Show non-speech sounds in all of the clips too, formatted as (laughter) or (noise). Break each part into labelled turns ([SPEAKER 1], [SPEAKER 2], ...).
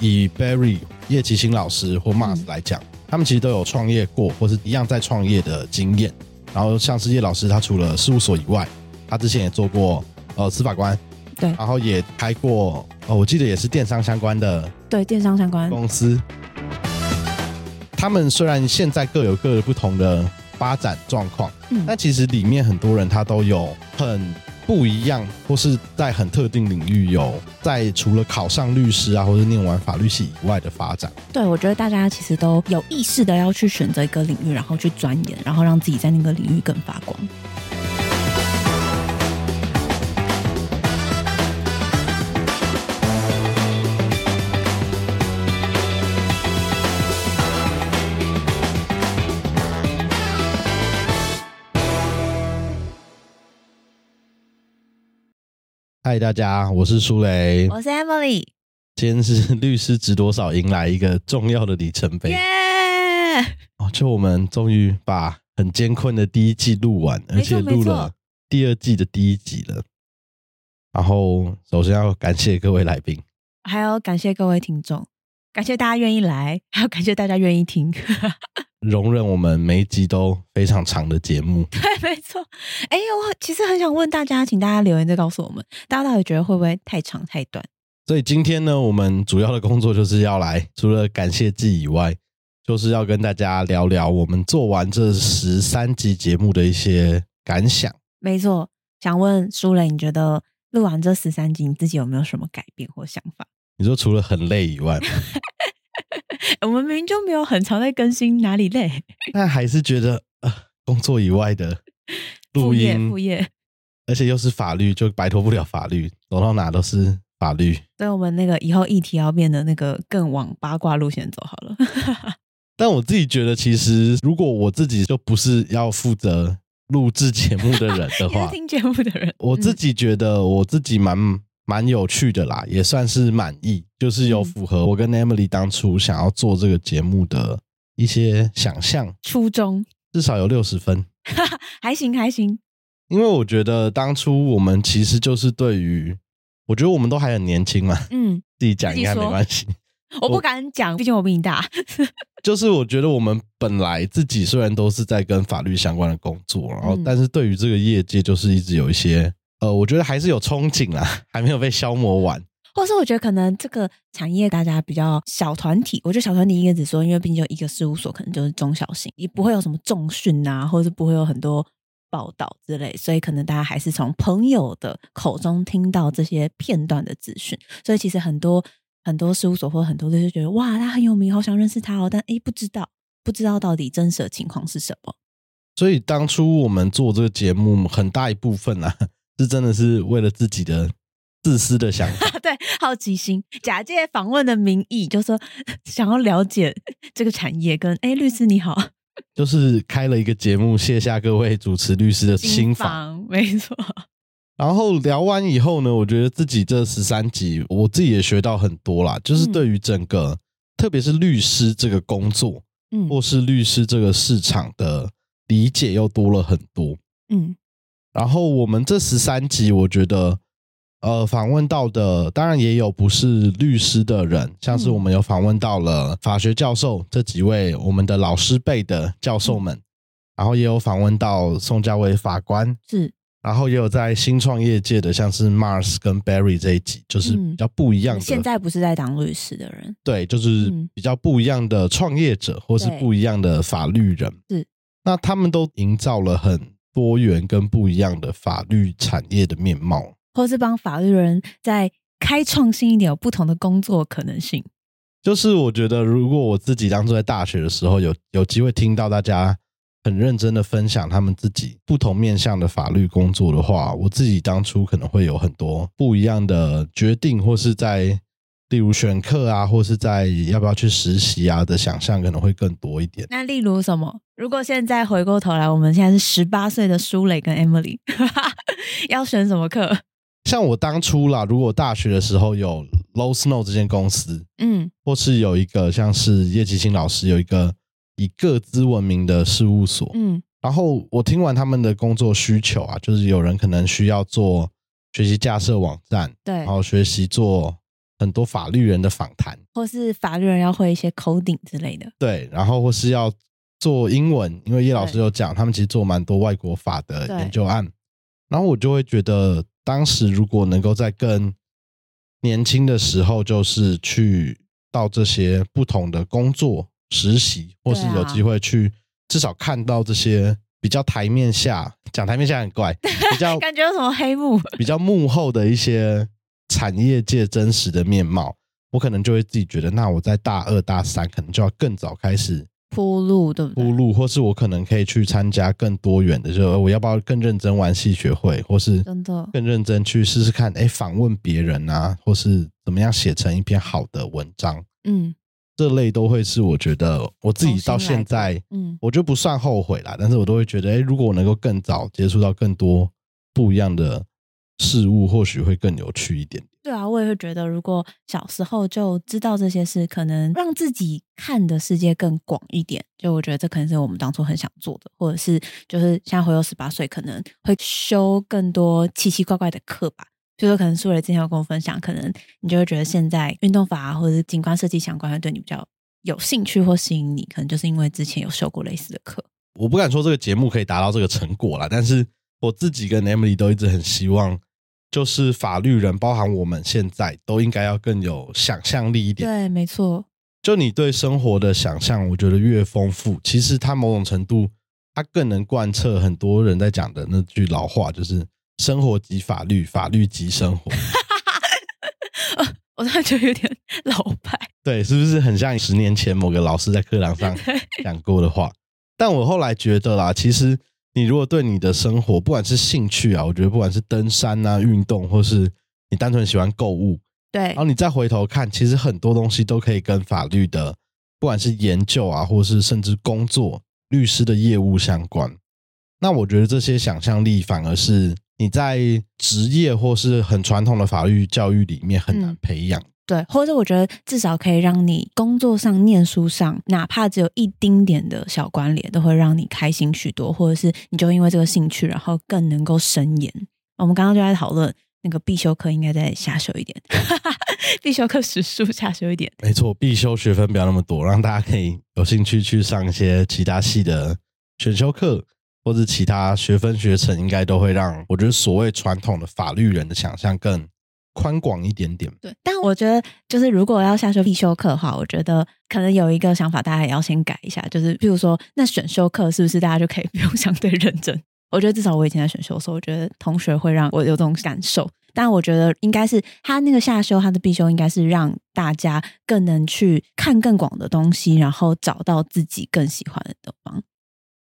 [SPEAKER 1] 以 Barry 叶奇新老师或 Mars 来讲，他们其实都有创业过，或是一样在创业的经验。然后像是叶老师，他除了事务所以外，他之前也做过呃司法官，
[SPEAKER 2] 对
[SPEAKER 1] 然后也开过呃，我记得也是电商相关的
[SPEAKER 2] 对电商相关，
[SPEAKER 1] 公司。他们虽然现在各有各的不同的发展状况，
[SPEAKER 2] 嗯
[SPEAKER 1] 但其实里面很多人他都有很不一样，或是在很特定领域有在除了考上律师啊，或是念完法律系以外的发展。
[SPEAKER 2] 对我觉得大家其实都有意识的要去选择一个领域，然后去钻研，然后让自己在那个领域更发光。
[SPEAKER 1] 嗨，大家，我是舒雷。
[SPEAKER 2] 我是 Emily，
[SPEAKER 1] 今天是律师值多少迎来一个重要的里程碑
[SPEAKER 2] 耶，
[SPEAKER 1] 哦，就我们终于把很艰困的第一季录完，而
[SPEAKER 2] 没错
[SPEAKER 1] 且录
[SPEAKER 2] 没错
[SPEAKER 1] 了第二季的第一集了。然后，首先要感谢各位来宾，
[SPEAKER 2] 还有感谢各位听众，感谢大家愿意来，还有感谢大家愿意听。 (laughs)
[SPEAKER 1] 容忍我们每一集都非常长的节目。
[SPEAKER 2] 没错，哎、我其实很想问大家，请大家留言再告诉我们，大家到底觉得会不会太长太短？
[SPEAKER 1] 所以今天呢，我们主要的工作就是要来，除了感谢季以外，就是要跟大家聊聊我们做完这十三集节目的一些感想。
[SPEAKER 2] 没错，想问舒磊，你觉得录完这十三集，你自己有没有什么改变或想法？
[SPEAKER 1] 你说除了很累以
[SPEAKER 2] (laughs)
[SPEAKER 1] 外，
[SPEAKER 2] 我们明明就没有很常在更新，哪里累？
[SPEAKER 1] 但还是觉得呃，工作以外的录
[SPEAKER 2] 副业
[SPEAKER 1] 音
[SPEAKER 2] 副业，
[SPEAKER 1] 而且又是法律，就摆脱不了法律，走到哪都是法律。
[SPEAKER 2] 所以我们那个以后议题要变得那个更往八卦路线走好了。 (laughs)
[SPEAKER 1] 但我自己觉得，其实如果我自己就不是要负责录制节目的人的
[SPEAKER 2] (laughs) 也是
[SPEAKER 1] 话，
[SPEAKER 2] 听节目的人，
[SPEAKER 1] 我自
[SPEAKER 2] 嗯
[SPEAKER 1] 己觉得我自己蛮蛮有趣的啦，也算是满意，就是有
[SPEAKER 2] 嗯
[SPEAKER 1] 符合我跟 Emily 当初想要做这个节目的一些想象，
[SPEAKER 2] 初衷
[SPEAKER 1] 至少有六十分。
[SPEAKER 2] 还行还行，
[SPEAKER 1] 因为我觉得当初我们其实就是对于，我觉得我们都还很年轻嘛，
[SPEAKER 2] 嗯，
[SPEAKER 1] 自己讲
[SPEAKER 2] 自
[SPEAKER 1] 应
[SPEAKER 2] 己
[SPEAKER 1] 该没
[SPEAKER 2] 说
[SPEAKER 1] 关系。
[SPEAKER 2] 我
[SPEAKER 1] 我
[SPEAKER 2] 不敢讲，毕竟我比你大。
[SPEAKER 1] 就是我觉得我们本来自己虽然都是在跟法律相关的工作，然后
[SPEAKER 2] 嗯
[SPEAKER 1] 但是对于这个业界就是一直有一些呃，我觉得还是有憧憬啦， (laughs) 还没有被消磨完。
[SPEAKER 2] 或是我觉得可能这个产业大家比较小团体，我觉得小团体应该只说，因为毕竟就一个事务所，可能就是中小型，也不会有什么重训啊，或者是不会有很多报道之类，所以可能大家还是从朋友的口中听到这些片段的资讯，所以其实很多很多事务所或很多律师觉得哇，他很有名，好想认识他哦，但诶不知道不知道到底真实的情况是什么， (laughs)
[SPEAKER 1] 所以当初我们做这个节目，很大一部分啊，是真的是为了自己的自私的想法。 (laughs)
[SPEAKER 2] 对，好奇心，假借访问的名义，就说 (laughs) 想要了解这个产业跟，诶律师你好。
[SPEAKER 1] 就是开了一个节目，卸下各位主持律师的心防。
[SPEAKER 2] 房，没错，
[SPEAKER 1] 然后聊完以后呢，我觉得自己这十三集，我自己也学到很多啦，就是
[SPEAKER 2] 嗯
[SPEAKER 1] 对于整个，特别是律师这个工作，
[SPEAKER 2] 嗯
[SPEAKER 1] 或是律师这个市场的理解又多了很多。
[SPEAKER 2] 嗯
[SPEAKER 1] 然后我们这十三集，我觉得，呃，访问到的当然也有不是律师的人，像是
[SPEAKER 2] 嗯
[SPEAKER 1] 我们有访问到了法学教授这几位我们的老师辈的教授们，
[SPEAKER 2] 嗯
[SPEAKER 1] 然后也有访问到宋家伟法官，
[SPEAKER 2] 是
[SPEAKER 1] 然后也有在新创业界的，像是 Mars 跟 Barry 这一集，就是
[SPEAKER 2] 嗯
[SPEAKER 1] 比较不一样的，
[SPEAKER 2] 现在不是在当律师的人，
[SPEAKER 1] 对，就是
[SPEAKER 2] 嗯
[SPEAKER 1] 比较不一样的创业者，或是
[SPEAKER 2] 对
[SPEAKER 1] 不一样的法律人。
[SPEAKER 2] 是，
[SPEAKER 1] 那他们都营造了很多元跟不一样的法律产业的面貌。
[SPEAKER 2] 或是帮法律人在开创新一点，有不同的工作可能性。
[SPEAKER 1] 就是我觉得，如果我自己当初在大学的时候有有机会听到大家很认真的分享他们自己不同面向的法律工作的话，我自己当初可能会有很多不一样的决定，或是在例如选课啊，或是在要不要去实习啊的想象可能会更多一点。
[SPEAKER 2] 那例如什么？如果现在回过头来，我们现在是十八岁的舒蕾跟 Emily，要选什么课？
[SPEAKER 1] 像我当初啦，如果大学的时候有 Low Snow 这间公司，
[SPEAKER 2] 嗯
[SPEAKER 1] 或是有一个像是叶吉星老师有一个以各资闻名的事务所，
[SPEAKER 2] 嗯
[SPEAKER 1] 然后我听完他们的工作需求啊，就是有人可能需要做学习架设网站，
[SPEAKER 2] 对
[SPEAKER 1] 然，后学习做很多法律人的访谈，
[SPEAKER 2] 或是法律人要会一些 coding 之类的。
[SPEAKER 1] 对，然后或是要做英文，因为叶老师
[SPEAKER 2] 对
[SPEAKER 1] 有讲，他们其实做蛮多外国法的
[SPEAKER 2] 对
[SPEAKER 1] 研究案，然后我就会觉得，当时如果能够在更年轻的时候，就是去到这些不同的工作实习，或是
[SPEAKER 2] 对啊
[SPEAKER 1] 有机会去至少看到这些比较台面下，讲台面下很怪，比
[SPEAKER 2] (laughs)
[SPEAKER 1] 较
[SPEAKER 2] 感觉有什么黑幕？
[SPEAKER 1] 比较幕后的一些产业界真实的面貌，我可能就会自己觉得，那我在大二、大三可能就要更早开始
[SPEAKER 2] 铺路对不对？
[SPEAKER 1] 铺路，或是我可能可以去参加更多元的，就是呃我要不要更认真玩戏学会，或是
[SPEAKER 2] 真的
[SPEAKER 1] 更认真去试试看，哎，访问别人啊，或是怎么样写成一篇好的文章，
[SPEAKER 2] 嗯
[SPEAKER 1] 这类都会是我觉得我自己到
[SPEAKER 2] 重新来
[SPEAKER 1] 现在，
[SPEAKER 2] 嗯，
[SPEAKER 1] 我就不算后悔啦，但是我都会觉得，哎，如果我能够更早接触到更多不一样的事物，或许会更有趣一点。
[SPEAKER 2] 对啊，我也会觉得，如果小时候就知道这些事，可能让自己看的世界更广一点。就我觉得这可能是我们当初很想做的，或者是就是现在回到十八岁，可能会修更多奇奇怪怪的课吧。就说可能苏蕾之前有跟我分享，可能你就会觉得现在运动法、啊、或者是景观设计相关会对你比较有兴趣或吸引你，可能就是因为之前有修过类似的课。
[SPEAKER 1] 我不敢说这个节目可以达到这个成果啦，但是我自己跟 Emily 都一直很希望，就是法律人，包含我们现在，都应该要更有想象力一点。
[SPEAKER 2] 对，没错，
[SPEAKER 1] 就你对生活的想象，我觉得越丰富，其实它某种程度，它更能贯彻很多人在讲的那句老话，就是“生活即法律，法律即生活。
[SPEAKER 2] (laughs) 我突然觉得有点 (laughs) 老派。”
[SPEAKER 1] 对，是不是很像十年前某个老师在课堂上
[SPEAKER 2] (laughs) 对
[SPEAKER 1] 讲过的话。但我后来觉得啦，其实你如果对你的生活，不管是兴趣啊，我觉得不管是登山啊、运动，或是你单纯喜欢购物，
[SPEAKER 2] 对
[SPEAKER 1] 然后你再回头看，其实很多东西都可以跟法律的，不管是研究啊，或是甚至工作、律师的业务相关。那我觉得这些想象力反而是你在职业或是很传统的法律教育里面很难
[SPEAKER 2] 嗯
[SPEAKER 1] 培养。
[SPEAKER 2] 对，或者我觉得至少可以让你工作上、念书上，哪怕只有一丁点的小关联，都会让你开心许多，或者是你就因为这个兴趣，然后更能够深研。我们刚刚就在讨论那个必修课应该再下修一点， (laughs) 必修课时数下修一点。
[SPEAKER 1] 没错，必修学分不要那么多，让大家可以有兴趣去上一些其他系的选修课，或者其他学分学程，应该都会让我觉得所谓传统的法律人的想象更宽广一点点。
[SPEAKER 2] 对，但我觉得就是如果要下修必修课的话，我觉得可能有一个想法，大家也要先改一下，就是譬如说，那选修课是不是大家就可以不 (laughs) 用相对认真？我觉得至少我以前在选修的时候，我觉得同学会让我有这种感受。但我觉得应该是他那个下修，他的必修应该是让大家更能去看更广的东西，然后找到自己更喜欢的地方。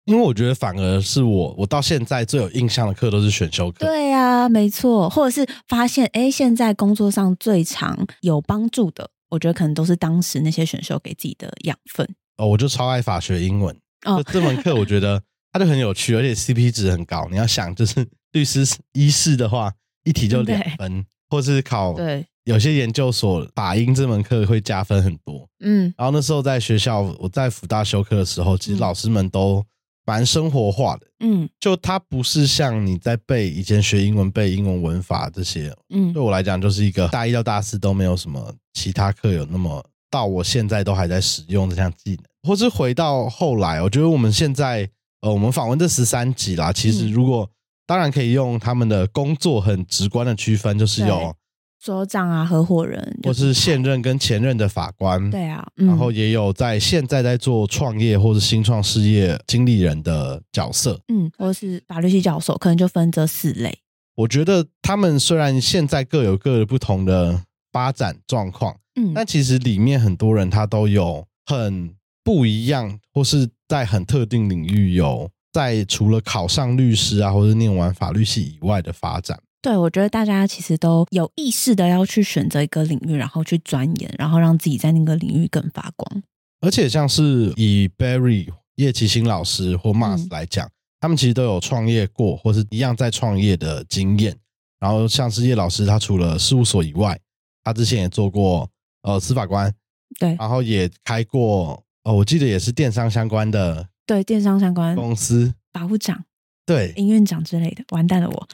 [SPEAKER 1] 因为我觉得反而是我，我到现在最有印象的课都是选修课。
[SPEAKER 2] 对呀、啊，没错，或者是发现哎，诶现在工作上最常有帮助的，我觉得可能都是当时那些选修给自己的养分。
[SPEAKER 1] 哦，我就超爱法学英文，
[SPEAKER 2] 哦
[SPEAKER 1] 就，这门课我觉得它就很有趣，而且 CP 值很高。你要想，就是律师一试的话，一题就两
[SPEAKER 2] 对
[SPEAKER 1] 分，或是考
[SPEAKER 2] 对，
[SPEAKER 1] 有些研究所法英这门课会加分很多。
[SPEAKER 2] 嗯，
[SPEAKER 1] 然后那时候在学校，我在辅大修课的时候，其实
[SPEAKER 2] 嗯
[SPEAKER 1] 老师们都蛮生活化的，
[SPEAKER 2] 嗯，
[SPEAKER 1] 就它不是像你在背以前学英文背英文文法这些，
[SPEAKER 2] 嗯
[SPEAKER 1] 对，我来讲就是一个大一到大四都没有什么其他课有那么到我现在都还在使用这项技能，或是回到后来，我觉得我们现在呃，我们访问这十三集啦，其实
[SPEAKER 2] 嗯
[SPEAKER 1] 如果、当然可以用他们的工作很直观的区分，就是有
[SPEAKER 2] 所长啊，合伙人，
[SPEAKER 1] 或
[SPEAKER 2] 就是
[SPEAKER 1] 现任跟前任的法官，
[SPEAKER 2] 对啊，嗯，
[SPEAKER 1] 然后也有在现在在做创业或者新创事业经理人的角色。
[SPEAKER 2] 嗯，或是法律系教授，可能就分这四类。
[SPEAKER 1] 我觉得他们虽然现在各有各的不同的发展状况，
[SPEAKER 2] 嗯，
[SPEAKER 1] 但其实里面很多人他都有很不一样，或是在很特定领域有在除了考上律师啊，或者念完法律系以外的发展。
[SPEAKER 2] 对，我觉得大家其实都有意识的要去选择一个领域，然后去钻研，然后让自己在那个领域更发光。
[SPEAKER 1] 而且像是以 Barry 叶奇新老师或 Mars 来讲，他们其实都有创业过，或是一样在创业的经验。然后像是叶老师，他除了事务所以外，他之前也做过呃司法官，
[SPEAKER 2] 对
[SPEAKER 1] 然后也开过呃，我记得也是电商相关的
[SPEAKER 2] 对，电商相关、
[SPEAKER 1] 公司。
[SPEAKER 2] 法务长、
[SPEAKER 1] 对，
[SPEAKER 2] 营运长之类的，完蛋了我。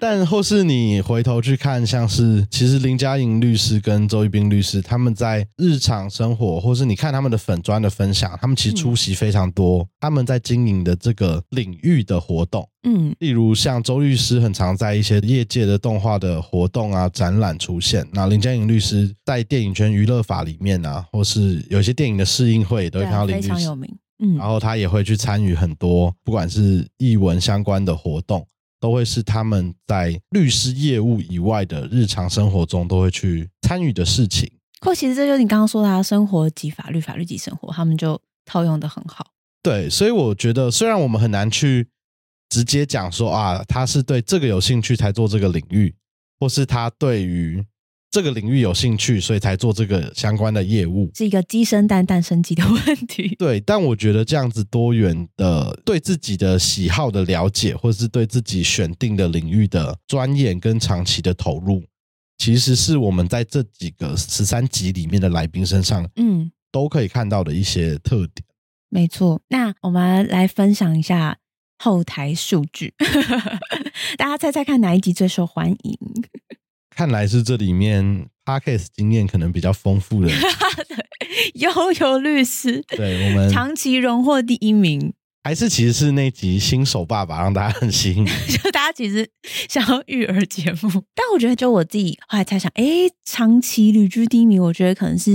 [SPEAKER 1] 但或是你回头去看，像是其实林嘉莹律师跟周一冰律师，他们在日常生活，或是你看他们的粉砖的分享，他们其实出席非常多、他们在经营的这个领域的活动，
[SPEAKER 2] 嗯，
[SPEAKER 1] 例如像周律师很常在一些业界的动画的活动啊、展览出现，那林嘉莹律师在电影圈娱乐法里面啊，或是有一些电影的试映会，也都
[SPEAKER 2] 对
[SPEAKER 1] 会看到
[SPEAKER 2] 啊，
[SPEAKER 1] 林
[SPEAKER 2] 非
[SPEAKER 1] 律
[SPEAKER 2] 常
[SPEAKER 1] 师
[SPEAKER 2] 有名。嗯，
[SPEAKER 1] 然后他也会去参与很多不管是译文相关的活动，都会是他们在律师业务以外的日常生活中都会去参与的事情。
[SPEAKER 2] 或其实这就是你刚刚说的、啊，生活即法律，法律即生活，他们就套用的很好。
[SPEAKER 1] 对，所以我觉得虽然我们很难去直接讲说啊，他是对这个有兴趣才做这个领域，或是他对于这个领域有兴趣，所以才做这个相关的业务。
[SPEAKER 2] 是一个鸡生蛋，蛋生鸡的 (laughs) 问题。
[SPEAKER 1] 对，但我觉得这样子多元的对自己的喜好的了解，或是对自己选定的领域的钻研跟长期的投入，其实是我们在这几个十三集里面的来宾身上
[SPEAKER 2] 嗯，
[SPEAKER 1] 都可以看到的一些特点。
[SPEAKER 2] 没错，那我们来分享一下后台数据， (laughs) 大家猜猜看哪一集最受欢迎？ (laughs)
[SPEAKER 1] 看来是这里面 podcast 经验可能比较丰富的人，
[SPEAKER 2] 悠悠律师，
[SPEAKER 1] 对我们
[SPEAKER 2] 长期荣获第一名。
[SPEAKER 1] 还是其实是那集新手爸爸让大家很吸引。
[SPEAKER 2] 就大家其实想要育儿节目，但我觉得就我自己后来猜想，诶，长期旅居第一名，我觉得可能是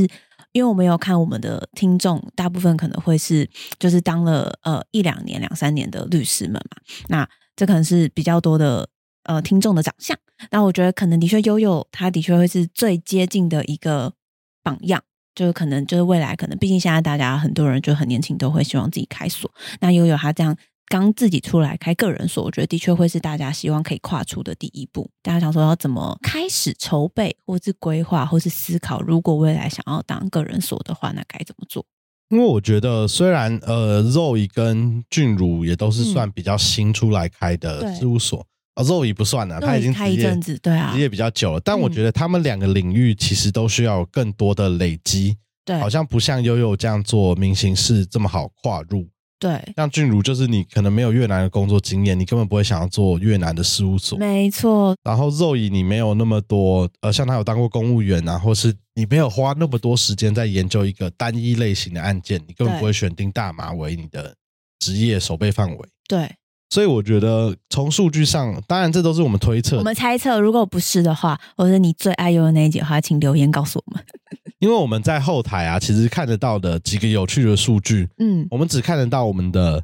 [SPEAKER 2] 因为我没有看我们的听众，大部分可能会是就是当了呃一两年、两三年的律师们嘛，那这可能是比较多的呃听众的长相。那我觉得可能的确悠悠，他的确会是最接近的一个榜样。就是可能就是未来可能，毕竟现在大家很多人就很年轻，都会希望自己开锁。那悠悠他这样刚自己出来开个人所，我觉得的确会是大家希望可以跨出的第一步。大家想说要怎么开始筹备，或是规划，或是思考，如果未来想要当个人所的话，那该怎么做？
[SPEAKER 1] 因为我觉得，虽然呃，Zoe 跟俊如也都是
[SPEAKER 2] 嗯
[SPEAKER 1] 算比较新出来开的
[SPEAKER 2] 对
[SPEAKER 1] 事务所，啊、Zoe 不算了，他已经
[SPEAKER 2] Zoe 开
[SPEAKER 1] 职
[SPEAKER 2] 一
[SPEAKER 1] 业
[SPEAKER 2] 阵子对啊
[SPEAKER 1] 职业比较久了。但我
[SPEAKER 2] 嗯
[SPEAKER 1] 觉得他们两个领域其实都需要有更多的累积，
[SPEAKER 2] 对
[SPEAKER 1] 好像不像悠悠这样做明星是这么好跨入。
[SPEAKER 2] 对，
[SPEAKER 1] 像俊如，就是你可能没有越南的工作经验，你根本不会想要做越南的事务所。
[SPEAKER 2] 没错，
[SPEAKER 1] 然后肉以你没有那么多，呃，像他有当过公务员啊，或是你没有花那么多时间在研究一个单一类型的案件，你根本
[SPEAKER 2] 对
[SPEAKER 1] 不会选定大麻为你的职业守备范围。
[SPEAKER 2] 对
[SPEAKER 1] 所以我觉得从数据上，当然这都是我们推测
[SPEAKER 2] 我，们猜测，如果不是的话，或者你最爱悠悠那一集的话，请留言告诉我们。
[SPEAKER 1] 因为我们在后台啊，其实看得到的几个有趣的数据，
[SPEAKER 2] 嗯，
[SPEAKER 1] 我们只看得到我们的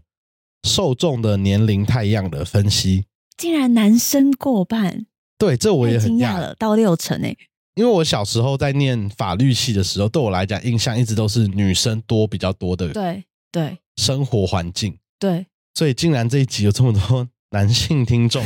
[SPEAKER 1] 受众的年龄太样的分析。
[SPEAKER 2] 竟然男生过半，
[SPEAKER 1] 对，这我
[SPEAKER 2] 太
[SPEAKER 1] 也很
[SPEAKER 2] 惊
[SPEAKER 1] 讶
[SPEAKER 2] 讶了，到六成欸诶、
[SPEAKER 1] 因为我小时候在念法律系的时候，对我来讲印象一直都是女生多比较多的
[SPEAKER 2] 对对
[SPEAKER 1] 生活环境，
[SPEAKER 2] 对，
[SPEAKER 1] 所以竟然这一集有这么多男性听
[SPEAKER 2] (laughs)
[SPEAKER 1] 众，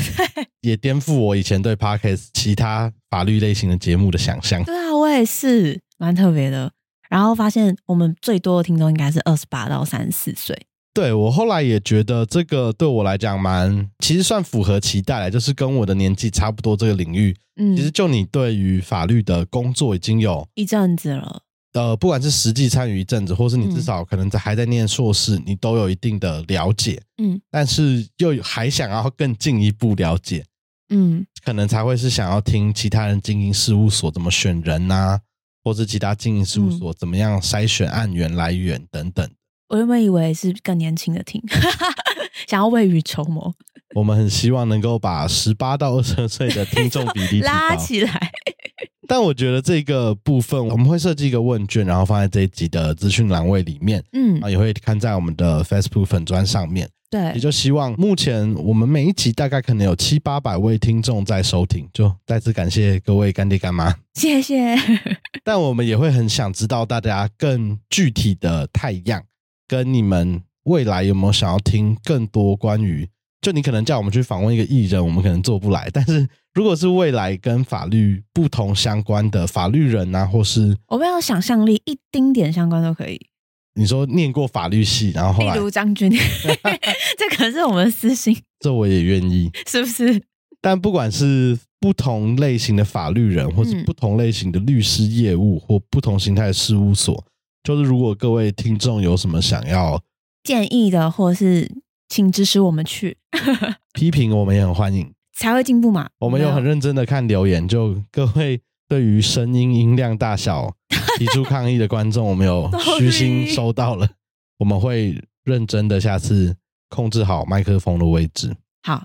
[SPEAKER 1] 也颠覆我以前对 podcast 其他法律类型的节目的想象。
[SPEAKER 2] 对啊，我也是，蛮特别的。然后发现我们最多的听众应该是二十八到三十四岁，
[SPEAKER 1] 对我后来也觉得这个对我来讲蛮，其实算符合期待了，就是跟我的年纪差不多这个领域，
[SPEAKER 2] 嗯，
[SPEAKER 1] 其实就你对于法律的工作已经有。
[SPEAKER 2] 一阵子了，
[SPEAKER 1] 呃，不管是实际参与一阵子，或是你至
[SPEAKER 2] 嗯
[SPEAKER 1] 少可能在还在念硕士，你都有一定的了解，
[SPEAKER 2] 嗯
[SPEAKER 1] 但是又还想要更进一步了解，
[SPEAKER 2] 嗯，
[SPEAKER 1] 可能才会是想要听其他人经营事务所怎么选人呐、或是其他经营事务
[SPEAKER 2] 嗯
[SPEAKER 1] 所怎么样筛选案源来源等等。
[SPEAKER 2] 我原本以为是更年轻的听， (laughs) 想要未雨绸缪，
[SPEAKER 1] 我们很希望能够把十八到二十二岁的听众
[SPEAKER 2] (laughs)
[SPEAKER 1] 比例提高，
[SPEAKER 2] 拉起来。
[SPEAKER 1] 但我觉得这个部分我们会设计一个问卷，然后放在这一集的资讯栏位里面，
[SPEAKER 2] 嗯
[SPEAKER 1] 啊，，也会看在我们的 Facebook 粉砖上面。也
[SPEAKER 2] 对，
[SPEAKER 1] 就希望目前我们每一集大概可能有七八百位听众在收听，就再次感谢各位干爹干妈。
[SPEAKER 2] 谢谢。 (laughs)
[SPEAKER 1] 但我们也会很想知道大家更具体的太阳，跟你们未来有没有想要听更多关于？就你可能叫我们去访问一个艺人，我们可能做不来。但是如果是未来跟法律不同相关的法律人啊，或是
[SPEAKER 2] 我们要有想象力一丁点相关都可以，
[SPEAKER 1] 你说念过法律系，然后后
[SPEAKER 2] 例
[SPEAKER 1] 来
[SPEAKER 2] 如张军， (laughs) 这可能是我们的私心，
[SPEAKER 1] 这我也愿意。
[SPEAKER 2] 是不是？
[SPEAKER 1] 但不管是不同类型的法律人，或是
[SPEAKER 2] 嗯
[SPEAKER 1] 不同类型的律师业务，或不同形态的事务所，就是如果各位听众有什么想要
[SPEAKER 2] 建议的，或是请支持我们去，
[SPEAKER 1] 批评，我们也很欢迎。
[SPEAKER 2] 才会进步嘛。
[SPEAKER 1] 我们有很认真的看留言，就各位对于声音音量大小提出抗议的观众，我们有
[SPEAKER 2] Sorry
[SPEAKER 1] 虚心收到了，我们会认真的下次控制好麦克风的位置。
[SPEAKER 2] 好，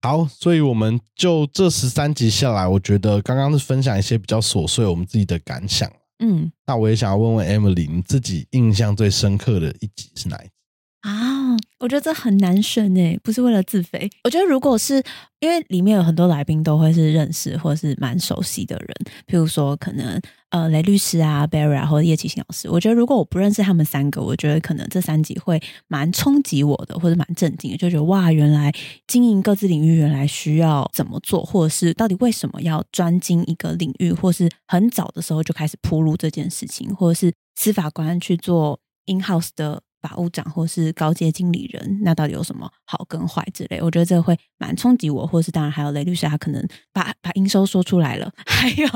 [SPEAKER 1] 好，所以我们就这十三集下来，我觉得刚刚是分享一些比较琐碎我们自己的感想。
[SPEAKER 2] 嗯
[SPEAKER 1] 那我也想要问问 Emily，你自己印象最深刻的一集是哪一集？
[SPEAKER 2] 啊、我觉得这很难选诶，不是为了自肥。我觉得如果是因为里面有很多来宾都会是认识或是蛮熟悉的人，譬如说可能呃雷律师啊、Barry 啊或者叶启新老师。我觉得如果我不认识他们三个，我觉得可能这三集会蛮冲击我的，或者蛮震惊的，就觉得哇，原来经营各自领域原来需要怎么做，或者是到底为什么要专精一个领域，或是很早的时候就开始铺路这件事情，或者是司法官去做 in house 的法务长或是高阶经理人，那到底有什么好跟坏之类？我觉得这会蛮冲击我，或是当然还有雷律师，他可能把把营收说出来了， (laughs) 还有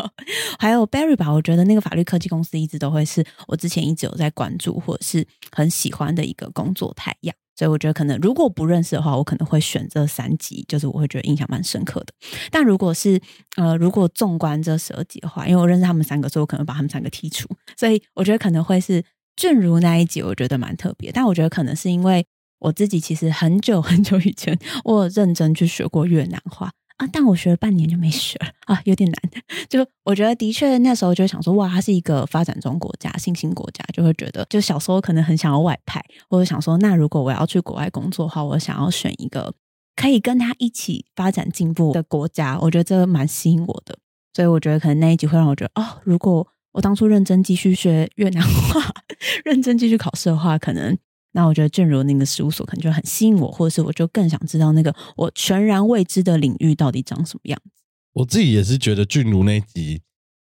[SPEAKER 2] 还有 Barry 吧，我觉得那个法律科技公司一直都会是我之前一直有在关注或者是很喜欢的一个工作太阳。所以我觉得可能如果不认识的话，我可能会选这三集，就是我会觉得印象蛮深刻的。但如果是呃，如果纵观这十二集的话，因为我认识他们三个，所以我可能把他们三个剔除。所以我觉得可能会是正如那一集，我觉得蛮特别。但我觉得可能是因为我自己其实很久很久以前，我有认真去学过越南话啊，但我学了半年就没学了啊，有点难。就我觉得的确那时候就会想说，哇，它是一个发展中国家、新兴国家，就会觉得就小时候可能很想要外派，或者想说，那如果我要去国外工作的话，我想要选一个可以跟他一起发展进步的国家，我觉得这个蛮吸引我的。所以我觉得可能那一集会让我觉得，哦，如果我当初认真继续学越南话， (laughs) 认真继续考试的话，可能那我觉得正如那个事务所可能就很吸引我，或者是我就更想知道那个我全然未知的领域到底长什么样子。
[SPEAKER 1] 我自己也是觉得俊如那一集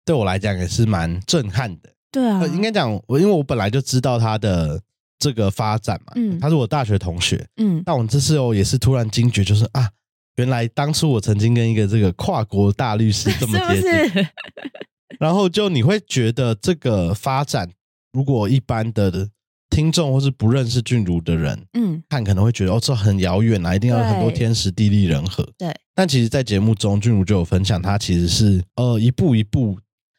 [SPEAKER 1] 对我来讲也是蛮震撼的。
[SPEAKER 2] 对啊
[SPEAKER 1] 呃，应该讲我，因为我本来就知道他的这个发展嘛，
[SPEAKER 2] 嗯
[SPEAKER 1] 他是我大学同学，
[SPEAKER 2] 嗯
[SPEAKER 1] 但我这次哦也是突然惊觉，就是啊，原来当初我曾经跟一个这个跨国大律
[SPEAKER 2] (laughs)
[SPEAKER 1] 师 (laughs) 这么
[SPEAKER 2] 是不
[SPEAKER 1] 接近，
[SPEAKER 2] 是？
[SPEAKER 1] 然后就你会觉得这个发展，如果一般的听众或是不认识俊如的人，
[SPEAKER 2] 嗯，
[SPEAKER 1] 看可能会觉得哦，这很遥远啊，一定要有很多
[SPEAKER 2] 对
[SPEAKER 1] 天时地利人和。
[SPEAKER 2] 对，
[SPEAKER 1] 但其实，在节目中，俊如就有分享，他其实是呃一步一步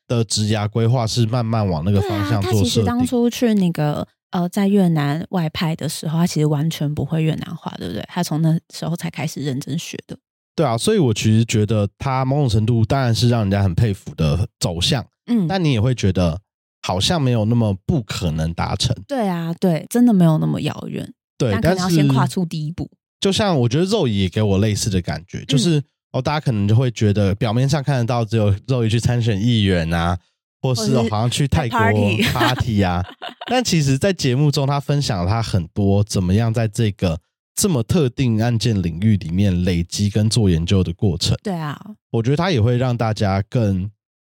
[SPEAKER 1] 的职涯规划，是慢慢往那个
[SPEAKER 2] 对
[SPEAKER 1] 方
[SPEAKER 2] 啊，
[SPEAKER 1] 向
[SPEAKER 2] 他
[SPEAKER 1] 做
[SPEAKER 2] 其
[SPEAKER 1] 设
[SPEAKER 2] 实当
[SPEAKER 1] 定。
[SPEAKER 2] 初去那个呃，在越南外派的时候，他其实完全不会越南话，对不对？他从那时候才开始认真学的。
[SPEAKER 1] 对啊，所以我其实觉得他某种程度当然是让人家很佩服的走向，
[SPEAKER 2] 嗯，
[SPEAKER 1] 但你也会觉得好像没有那么不可能达成。
[SPEAKER 2] 对啊，对，真的没有那么遥远，
[SPEAKER 1] 对，
[SPEAKER 2] 但可
[SPEAKER 1] 但
[SPEAKER 2] 能
[SPEAKER 1] 是
[SPEAKER 2] 要先跨出第一步。嗯
[SPEAKER 1] 就像我觉得肉姨也给我类似的感觉，就是、哦，大家可能就会觉得表面上看得到只有肉姨去参选议员啊，或
[SPEAKER 2] 或
[SPEAKER 1] 是
[SPEAKER 2] 是
[SPEAKER 1] 哦好像去泰国
[SPEAKER 2] 在 party
[SPEAKER 1] party
[SPEAKER 2] (laughs)
[SPEAKER 1] 啊，但其实，在节目中他分享了他很多怎么样在这个这么特定案件领域里面累积跟做研究的过程，
[SPEAKER 2] 对啊，
[SPEAKER 1] 我觉得他也会让大家更。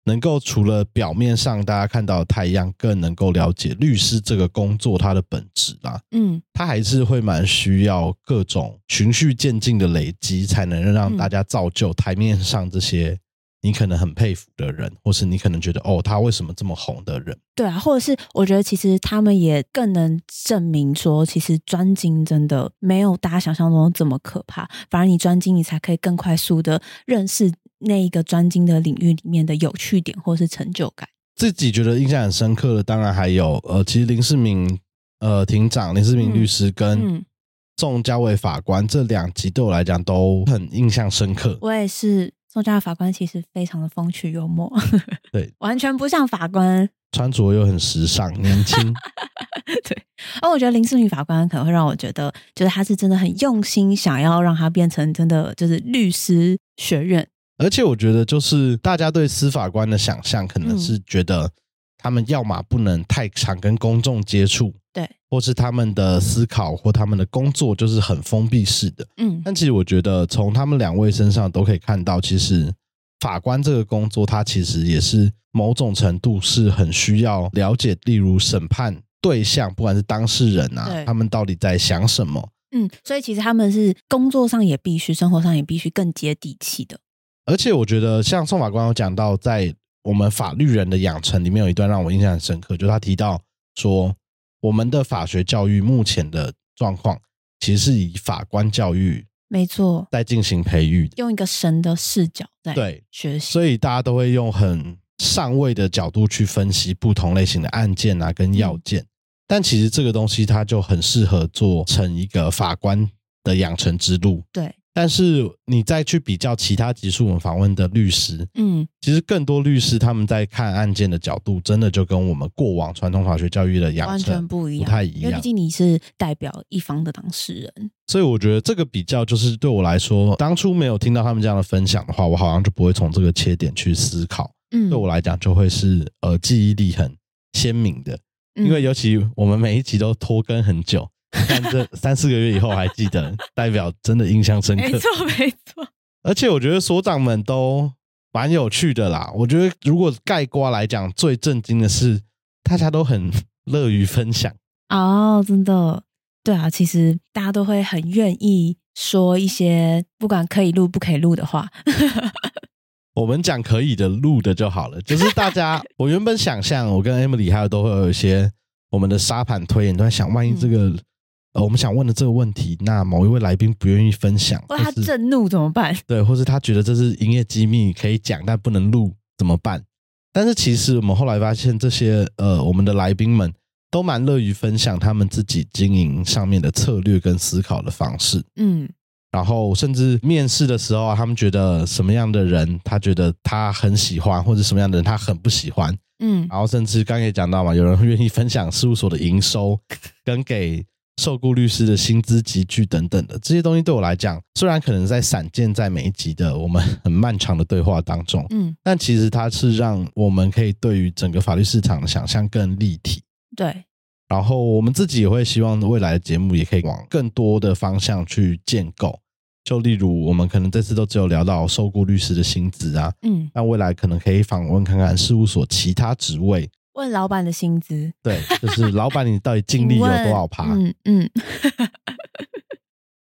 [SPEAKER 1] 能够除了表面上大家看到的太一样，更能够了解律师这个工作它的本质啦、
[SPEAKER 2] 嗯，
[SPEAKER 1] 他还是会蛮需要各种循序渐进的累积，才能让
[SPEAKER 2] 嗯
[SPEAKER 1] 大家造就台面上这些你可能很佩服的人，或是你可能觉得哦，他为什么这么红的人？
[SPEAKER 2] 对啊，或者是我觉得其实他们也更能证明说，其实专精真的没有大家想象中这么可怕，反而你专精，你才可以更快速的认识那一个专精的领域里面的有趣点或是成就感。
[SPEAKER 1] 自己觉得印象很深刻的，当然还有呃，其实林世明呃庭长、林世明
[SPEAKER 2] 嗯
[SPEAKER 1] 律师跟
[SPEAKER 2] 嗯
[SPEAKER 1] 宋家伟法官这两集对我来讲都很印象深刻。
[SPEAKER 2] 我也是，宋家的法官其实非常的风趣幽默，
[SPEAKER 1] 对，
[SPEAKER 2] (laughs) 完全不像法官。
[SPEAKER 1] 穿着又很时
[SPEAKER 2] (laughs)
[SPEAKER 1] 尚、年轻，
[SPEAKER 2] 而我觉得林世明法官可能会让我觉得，就是他是真的很用心，想要让他变成真的就是律师学院。
[SPEAKER 1] 而且我觉得，就是大家对司法官的想象，可能是觉得他们要么不能太常跟公众接触，
[SPEAKER 2] 对，
[SPEAKER 1] 或是他们的思考或他们的工作就是很封闭式的。
[SPEAKER 2] 嗯
[SPEAKER 1] 但其实我觉得从他们两位身上都可以看到，其实法官这个工作，它其实也是某种程度是很需要了解，例如审判对象，不管是当事人啊
[SPEAKER 2] 对，
[SPEAKER 1] 他们到底在想什么。
[SPEAKER 2] 嗯，所以其实他们是工作上也必须，生活上也必须更接地气的。
[SPEAKER 1] 而且我觉得，像宋法官有讲到，在我们法律人的养成里面有一段让我印象很深刻，就是他提到说，我们的法学教育目前的状况，其实是以法官教育
[SPEAKER 2] 没错，
[SPEAKER 1] 在进行培育的。
[SPEAKER 2] 用一个神的视角在
[SPEAKER 1] 对，
[SPEAKER 2] 学习。
[SPEAKER 1] 所以大家都会用很上位的角度去分析不同类型的案件啊，跟要件。但其实这个东西它就很适合做成一个法官的养成之路。
[SPEAKER 2] 对，
[SPEAKER 1] 但是你再去比较其他集数我们访问的律师，
[SPEAKER 2] 嗯，
[SPEAKER 1] 其实更多律师他们在看案件的角度，真的就跟我们过往传统法学教育的养
[SPEAKER 2] 完全
[SPEAKER 1] 成
[SPEAKER 2] 不一
[SPEAKER 1] 不
[SPEAKER 2] 样，
[SPEAKER 1] 太一
[SPEAKER 2] 因为
[SPEAKER 1] 样
[SPEAKER 2] 毕。竟你是代表一方的当事人。
[SPEAKER 1] 所以我觉得这个比较就是对我来说，当初没有听到他们这样的分享的话，我好像就不会从这个切点去思考。
[SPEAKER 2] 嗯，
[SPEAKER 1] 对我来讲就会是呃记忆力很鲜明的，
[SPEAKER 2] 嗯
[SPEAKER 1] 因为尤其我们每一集都拖更很久，但这三四个月以后还记
[SPEAKER 2] (laughs)
[SPEAKER 1] 得，代表真的印象深
[SPEAKER 2] 没
[SPEAKER 1] 刻。
[SPEAKER 2] 错没错，
[SPEAKER 1] 而且我觉得所长们都蛮有趣的啦。我觉得如果盖瓜来讲，最震惊的是大家都很乐于分享，
[SPEAKER 2] 哦，真的，对啊，其实大家都会很愿意说一些不管可以录不可以录的话。 (laughs)
[SPEAKER 1] 我们讲可以的录的就好了。就是大
[SPEAKER 2] (laughs)
[SPEAKER 1] 家，我原本想象我跟 Emily 还有都会有一些我们的沙盘推演，都在想，万一这
[SPEAKER 2] 嗯
[SPEAKER 1] 个、呃我们想问的这个问题，那某一位来宾不愿意分享，
[SPEAKER 2] 哇，他
[SPEAKER 1] 或是
[SPEAKER 2] 震怒怎么办？ (laughs)
[SPEAKER 1] 对，或是他觉得这是营业机密可以讲但不能录怎么办？但是其实我们后来发现，这些呃我们的来宾们都蛮乐于分享他们自己经营上面的策略跟思考的方式。
[SPEAKER 2] 嗯
[SPEAKER 1] 然后甚至面试的时候啊，他们觉得什么样的人，他觉得他很喜欢，或者什么样的人他很不喜欢。
[SPEAKER 2] 嗯，
[SPEAKER 1] 然后甚至刚刚也讲到嘛，有人会愿意分享事务所的营收，跟给受雇律师的薪资集聚等等的这些东西，对我来讲，虽然可能在散见在每一集的我们很漫长的对话当中，
[SPEAKER 2] 嗯，
[SPEAKER 1] 但其实它是让我们可以对于整个法律市场的想象更立体。
[SPEAKER 2] 对，
[SPEAKER 1] 然后我们自己也会希望未来的节目也可以往更多的方向去建构。就例如我们可能这次都只有聊到受雇律师的薪资啊，
[SPEAKER 2] 嗯，
[SPEAKER 1] 那未来可能可以访问看看事务所其他职位，
[SPEAKER 2] 问老板的薪资，
[SPEAKER 1] 对， (laughs) 就是老板你到底净利有多少趴？
[SPEAKER 2] 嗯嗯，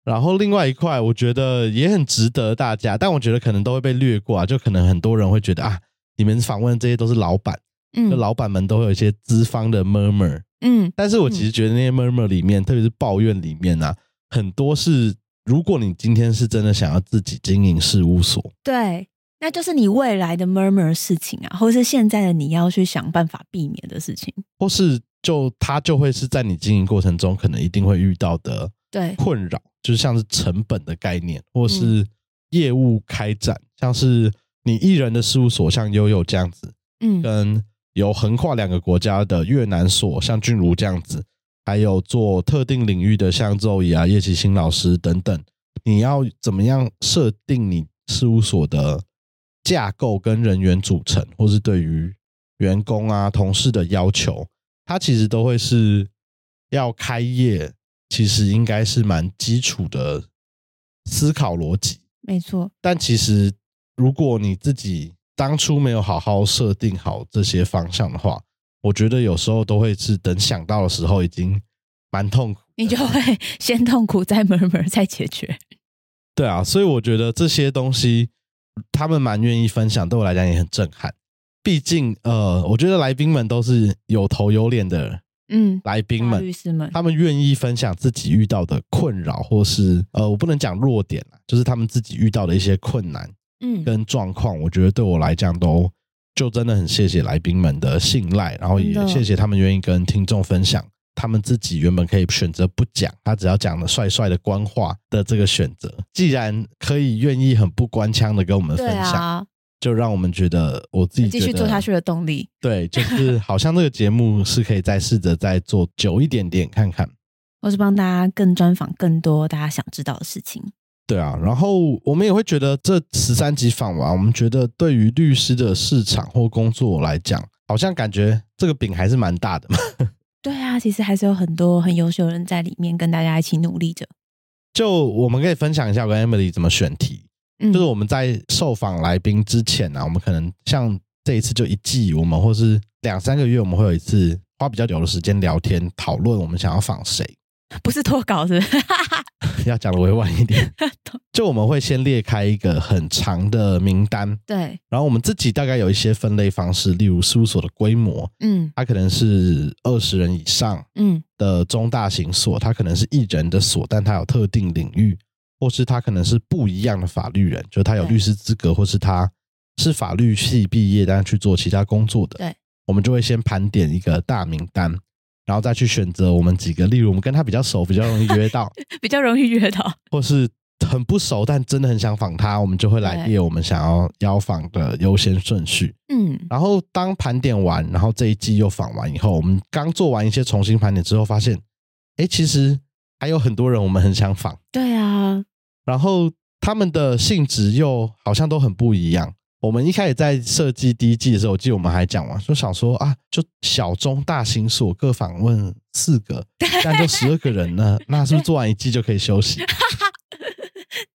[SPEAKER 1] 然后另外一块，我觉得也很值得大家，但我觉得可能都会被略过啊，就可能很多人会觉得啊，你们访问这些都是老板，
[SPEAKER 2] 嗯，
[SPEAKER 1] 就老板们都会有一些资方的 murmur，
[SPEAKER 2] 嗯
[SPEAKER 1] 但是我其实觉得那些 murmur 里面，特别是抱怨里面啊，很多是如果你今天是真的想要自己经营事务所，
[SPEAKER 2] 对，那就是你未来的 murmur 事情啊，或是现在的你要去想办法避免的事情。
[SPEAKER 1] 或是就它就会是在你经营过程中可能一定会遇到的
[SPEAKER 2] 对，
[SPEAKER 1] 困扰，就是像是成本的概念，或是业务开展，像是你一人的事务所，像悠悠这样子，
[SPEAKER 2] 嗯
[SPEAKER 1] 跟有横跨两个国家的越南所，像俊如这样子，还有做特定领域的像周怡啊、叶启新老师等等，你要怎么样设定你事务所的架构跟人员组成，或是对于员工啊、同事的要求，它其实都会是要开业，其实应该是蛮基础的思考逻辑。
[SPEAKER 2] 没错，
[SPEAKER 1] 但其实，如果你自己当初没有好好设定好这些方向的话，我觉得有时候都会是等想到的时候已经蛮痛苦。
[SPEAKER 2] 你就
[SPEAKER 1] (laughs)
[SPEAKER 2] 会先痛苦，再 murmur，再解决。
[SPEAKER 1] 对啊，所以我觉得这些东西他们蛮愿意分享，对我来讲也很震撼。毕竟，呃，我觉得来宾们都是有头有脸的
[SPEAKER 2] 嗯，
[SPEAKER 1] 来宾
[SPEAKER 2] 大
[SPEAKER 1] 们
[SPEAKER 2] 律，师们，
[SPEAKER 1] 他们愿意分享自己遇到的困扰，或是呃，我不能讲弱点啦，就是他们自己遇到的一些困难。
[SPEAKER 2] 嗯，
[SPEAKER 1] 跟状况，我觉得对我来讲都就真的很谢谢来宾们的信赖，然后也
[SPEAKER 2] 真的
[SPEAKER 1] 谢谢他们愿意跟听众分享他们自己原本可以选择不讲，他只要讲的帅帅的官话的这个选择。既然可以愿意很不官腔的跟我们分
[SPEAKER 2] 对
[SPEAKER 1] 享，
[SPEAKER 2] 啊，
[SPEAKER 1] 就让我们觉得我自己
[SPEAKER 2] 继
[SPEAKER 1] 觉
[SPEAKER 2] 续
[SPEAKER 1] 得
[SPEAKER 2] 做下去的动力。
[SPEAKER 1] 对，就是好像这个节目是可以再试着再做久一点点看看。
[SPEAKER 2] 或是帮大家更专访更多大家想知道的事情。
[SPEAKER 1] 对啊，然后我们也会觉得这十三集访完，我们觉得对于律师的市场或工作来讲，好像感觉这个饼还是蛮大的嘛。 (laughs)
[SPEAKER 2] 对啊，其实还是有很多很优秀的人在里面跟大家一起努力着。
[SPEAKER 1] 就我们可以分享一下我跟 Emily 怎么选题，
[SPEAKER 2] 嗯，
[SPEAKER 1] 就是我们在受访来宾之前呢、啊，我们可能像这一次就一季，我们或是两三个月，我们会有一次花比较久的时间聊天讨论我们想要访谁， (laughs)
[SPEAKER 2] 不是脱稿是不是？
[SPEAKER 1] 要讲的委婉一点，就我们会先列开一个很长的名单，
[SPEAKER 2] 对，
[SPEAKER 1] 然后我们自己大概有一些分类方式，例如事务所的规模，
[SPEAKER 2] 嗯
[SPEAKER 1] 它可能是二十人以上
[SPEAKER 2] 嗯
[SPEAKER 1] 的中大型所，它可能是一人的所，但它有特定领域，或是它可能是不一样的法律人，就是他有
[SPEAKER 2] 对
[SPEAKER 1] 律师资格，或是他是法律系毕业，但是去做其他工作的。
[SPEAKER 2] 对，
[SPEAKER 1] 我们就会先盘点一个大名单，然后再去选择我们几个，例如我们跟他比较熟，比较容易约
[SPEAKER 2] (laughs)
[SPEAKER 1] 到，
[SPEAKER 2] 比较容易约到。
[SPEAKER 1] 或是很不熟但真的很想访他，我们就会来
[SPEAKER 2] 对
[SPEAKER 1] 列我们想要邀访的优先顺序。
[SPEAKER 2] 嗯，
[SPEAKER 1] 然后当盘点完，然后这一季又访完以后，我们刚做完一些重新盘点之后，发现，哎，其实还有很多人我们很想访，
[SPEAKER 2] 对啊，
[SPEAKER 1] 然后他们的性质又好像都很不一样。我们一开始在设计第一季的时候，我记得我们还讲嘛，就想说啊，就小中大型所各访问四
[SPEAKER 2] (laughs)
[SPEAKER 1] 个，但就十二个人呢，那是不是做完一季就可以休息？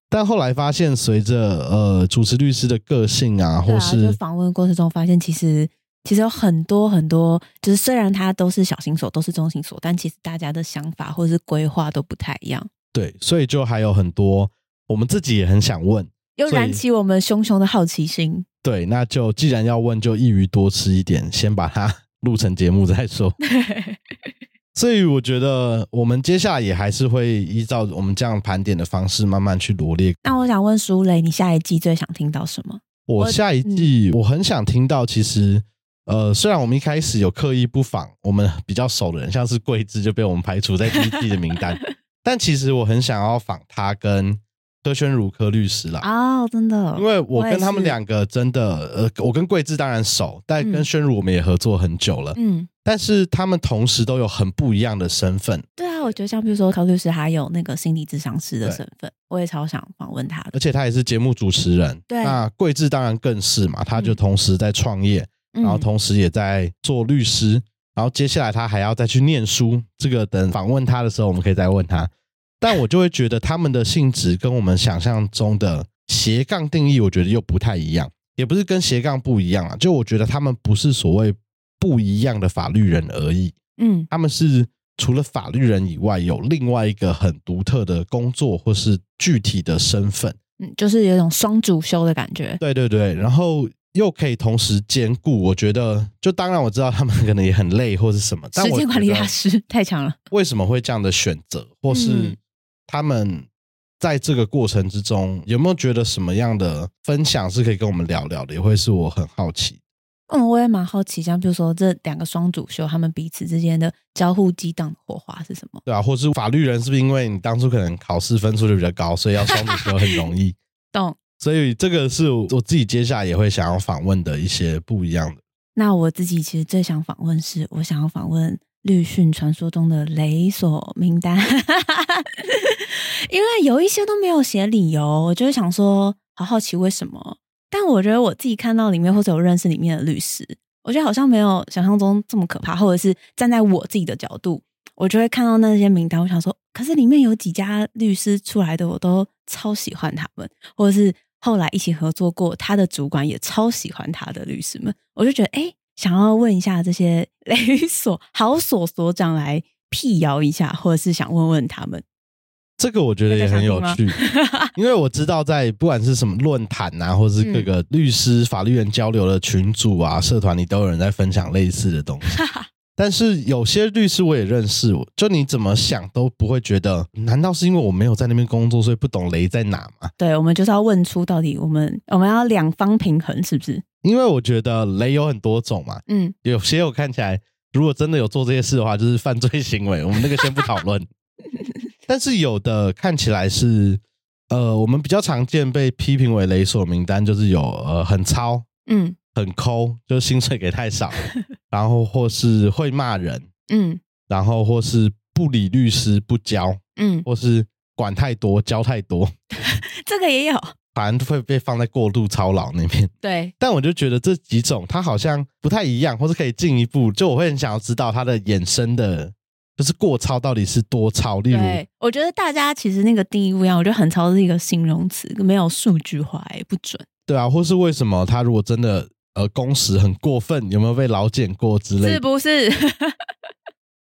[SPEAKER 1] 但后来发现，随着呃主持律师的个性啊，
[SPEAKER 2] 对
[SPEAKER 1] 或
[SPEAKER 2] 啊，
[SPEAKER 1] 是、
[SPEAKER 2] 就访问过程中发现，其实其实有很多很多，就是虽然它都是小型所，都是中型所，但其实大家的想法或者是规划都不太一样，
[SPEAKER 1] 对，所以就还有很多我们自己也很想问。
[SPEAKER 2] 又
[SPEAKER 1] 所以
[SPEAKER 2] 燃起我们熊熊的好奇 (laughs) 心。
[SPEAKER 1] 对，那就既然要问，就一鱼多吃一点，先把它 (laughs) 录成节目再说。 (laughs) 所以我觉得我们接下来也还是会依照我们这样盘点的方式，慢慢去罗列。
[SPEAKER 2] 那我想问舒蕾，你下一季最想听到什么？
[SPEAKER 1] 我下
[SPEAKER 2] 嗯
[SPEAKER 1] 一季我很想听到，其实呃，虽然我们一开始有刻意不访我们比较熟的人，像是桂枝就被我们排除在第一季的名
[SPEAKER 2] (laughs)
[SPEAKER 1] 单，但其实我很想要访他跟柯宣如柯律师啦。
[SPEAKER 2] 哦，真的，
[SPEAKER 1] 因为我
[SPEAKER 2] 也
[SPEAKER 1] 跟他们
[SPEAKER 2] 是，
[SPEAKER 1] 两个真的，呃，我跟桂枝当然熟，但跟
[SPEAKER 2] 嗯
[SPEAKER 1] 宣如我们也合作很久了。
[SPEAKER 2] 嗯，
[SPEAKER 1] 但是他们同时都有很不一样的身份，
[SPEAKER 2] 对啊，我觉得像比如说考律师，还有那个心理咨商师的
[SPEAKER 1] 对
[SPEAKER 2] 身份，我也超想访问他的。
[SPEAKER 1] 而且他也是节目主持人。
[SPEAKER 2] 对
[SPEAKER 1] 那桂枝当然更是嘛，他就
[SPEAKER 2] 嗯
[SPEAKER 1] 同时在创业，然后
[SPEAKER 2] 嗯
[SPEAKER 1] 同时也在做律师，然后接下来他还要再去念书。这个等访问他的时候，我们可以再问他。但我就会觉得他们的性质跟我们想象中的斜杠定义，我觉得又不太一样，也不是跟斜杠不一样啊。就我觉得他们不是所谓不一样的法律人而已，
[SPEAKER 2] 嗯，
[SPEAKER 1] 他们是除了法律人以外，有另外一个很独特的工作或是具体的身份。
[SPEAKER 2] 嗯，就是有一种双主修的感觉。
[SPEAKER 1] 对对对，然后又可以同时兼顾。我觉得，就当然我知道他们可能也很累或是什么，但
[SPEAKER 2] 时
[SPEAKER 1] 我
[SPEAKER 2] 间
[SPEAKER 1] 觉
[SPEAKER 2] 管理
[SPEAKER 1] 得
[SPEAKER 2] 大师太强了。
[SPEAKER 1] 为什么会这样的选择，或是
[SPEAKER 2] 嗯
[SPEAKER 1] 他们在这个过程之中有没有觉得什么样的分享是可以跟我们聊聊的，也会是我很好奇。
[SPEAKER 2] 嗯，我也蛮好奇，像比如说这两个双主修，他们彼此之间的交互激荡的火花是什么？
[SPEAKER 1] 对啊，或是法律人是不是因为你当初可能考试分数就比较高，所以要双主修很容易？ (laughs)
[SPEAKER 2] 懂？
[SPEAKER 1] 所以这个是我自己接下来也会想要访问的一些不一样的。
[SPEAKER 2] 那我自己其实最想访问是，我想要访问绿讯传说中的雷索名单， (laughs) 因为有一些都没有写理由，我就是想说，好好奇为什么。但我觉得我自己看到里面或者我认识里面的律师，我觉得好像没有想象中这么可怕，或者是站在我自己的角度，我就会看到那些名单，我想说，可是里面有几家律师出来的，我都超喜欢他们，或者是后来一起合作过，他的主管也超喜欢他的律师们，我就觉得，哎、想要问一下这些雷所好所所长来辟谣一下，或者是想问问他们，
[SPEAKER 1] 这个我觉得也很有趣，因为我知道在不管是什么论坛啊，或是各个律师、法律人交流的群组啊、社团里，都有人在分享类似的东西。但是有些律师我也认识，我就你怎么想都不会觉得，难道是因为我没有在那边工作，所以不懂雷在哪吗？
[SPEAKER 2] 对我们就是要问出到底我们我们要两方平衡，是不是？
[SPEAKER 1] 因为我觉得雷有很多种嘛，
[SPEAKER 2] 嗯，
[SPEAKER 1] 有些我看起来，如果真的有做这些事的话，就是犯罪行为。我们那个先不讨论。但是有的看起来是，呃，我们比较常见被批评为雷索名单，就是有呃很糙、
[SPEAKER 2] 嗯
[SPEAKER 1] 很抠，就是薪水给太少，然后或是会骂人，
[SPEAKER 2] 嗯
[SPEAKER 1] 然后或是不理律师不教，
[SPEAKER 2] 嗯，
[SPEAKER 1] 或是管太多、教太多。
[SPEAKER 2] 这个也有，
[SPEAKER 1] 反而会被放在过度操劳那边。
[SPEAKER 2] 对，
[SPEAKER 1] 但我就觉得这几种它好像不太一样，或是可以进一步，就我会很想要知道它的衍生的，就是过超到底是多超，例如
[SPEAKER 2] 对，我觉得大家其实那个定义不一样，我觉得很超是一个形容词，没有数据化也不准
[SPEAKER 1] 对啊，或是为什么他如果真的呃工时很过分，有没有被劳检过之类
[SPEAKER 2] 是
[SPEAKER 1] 的？
[SPEAKER 2] 不是？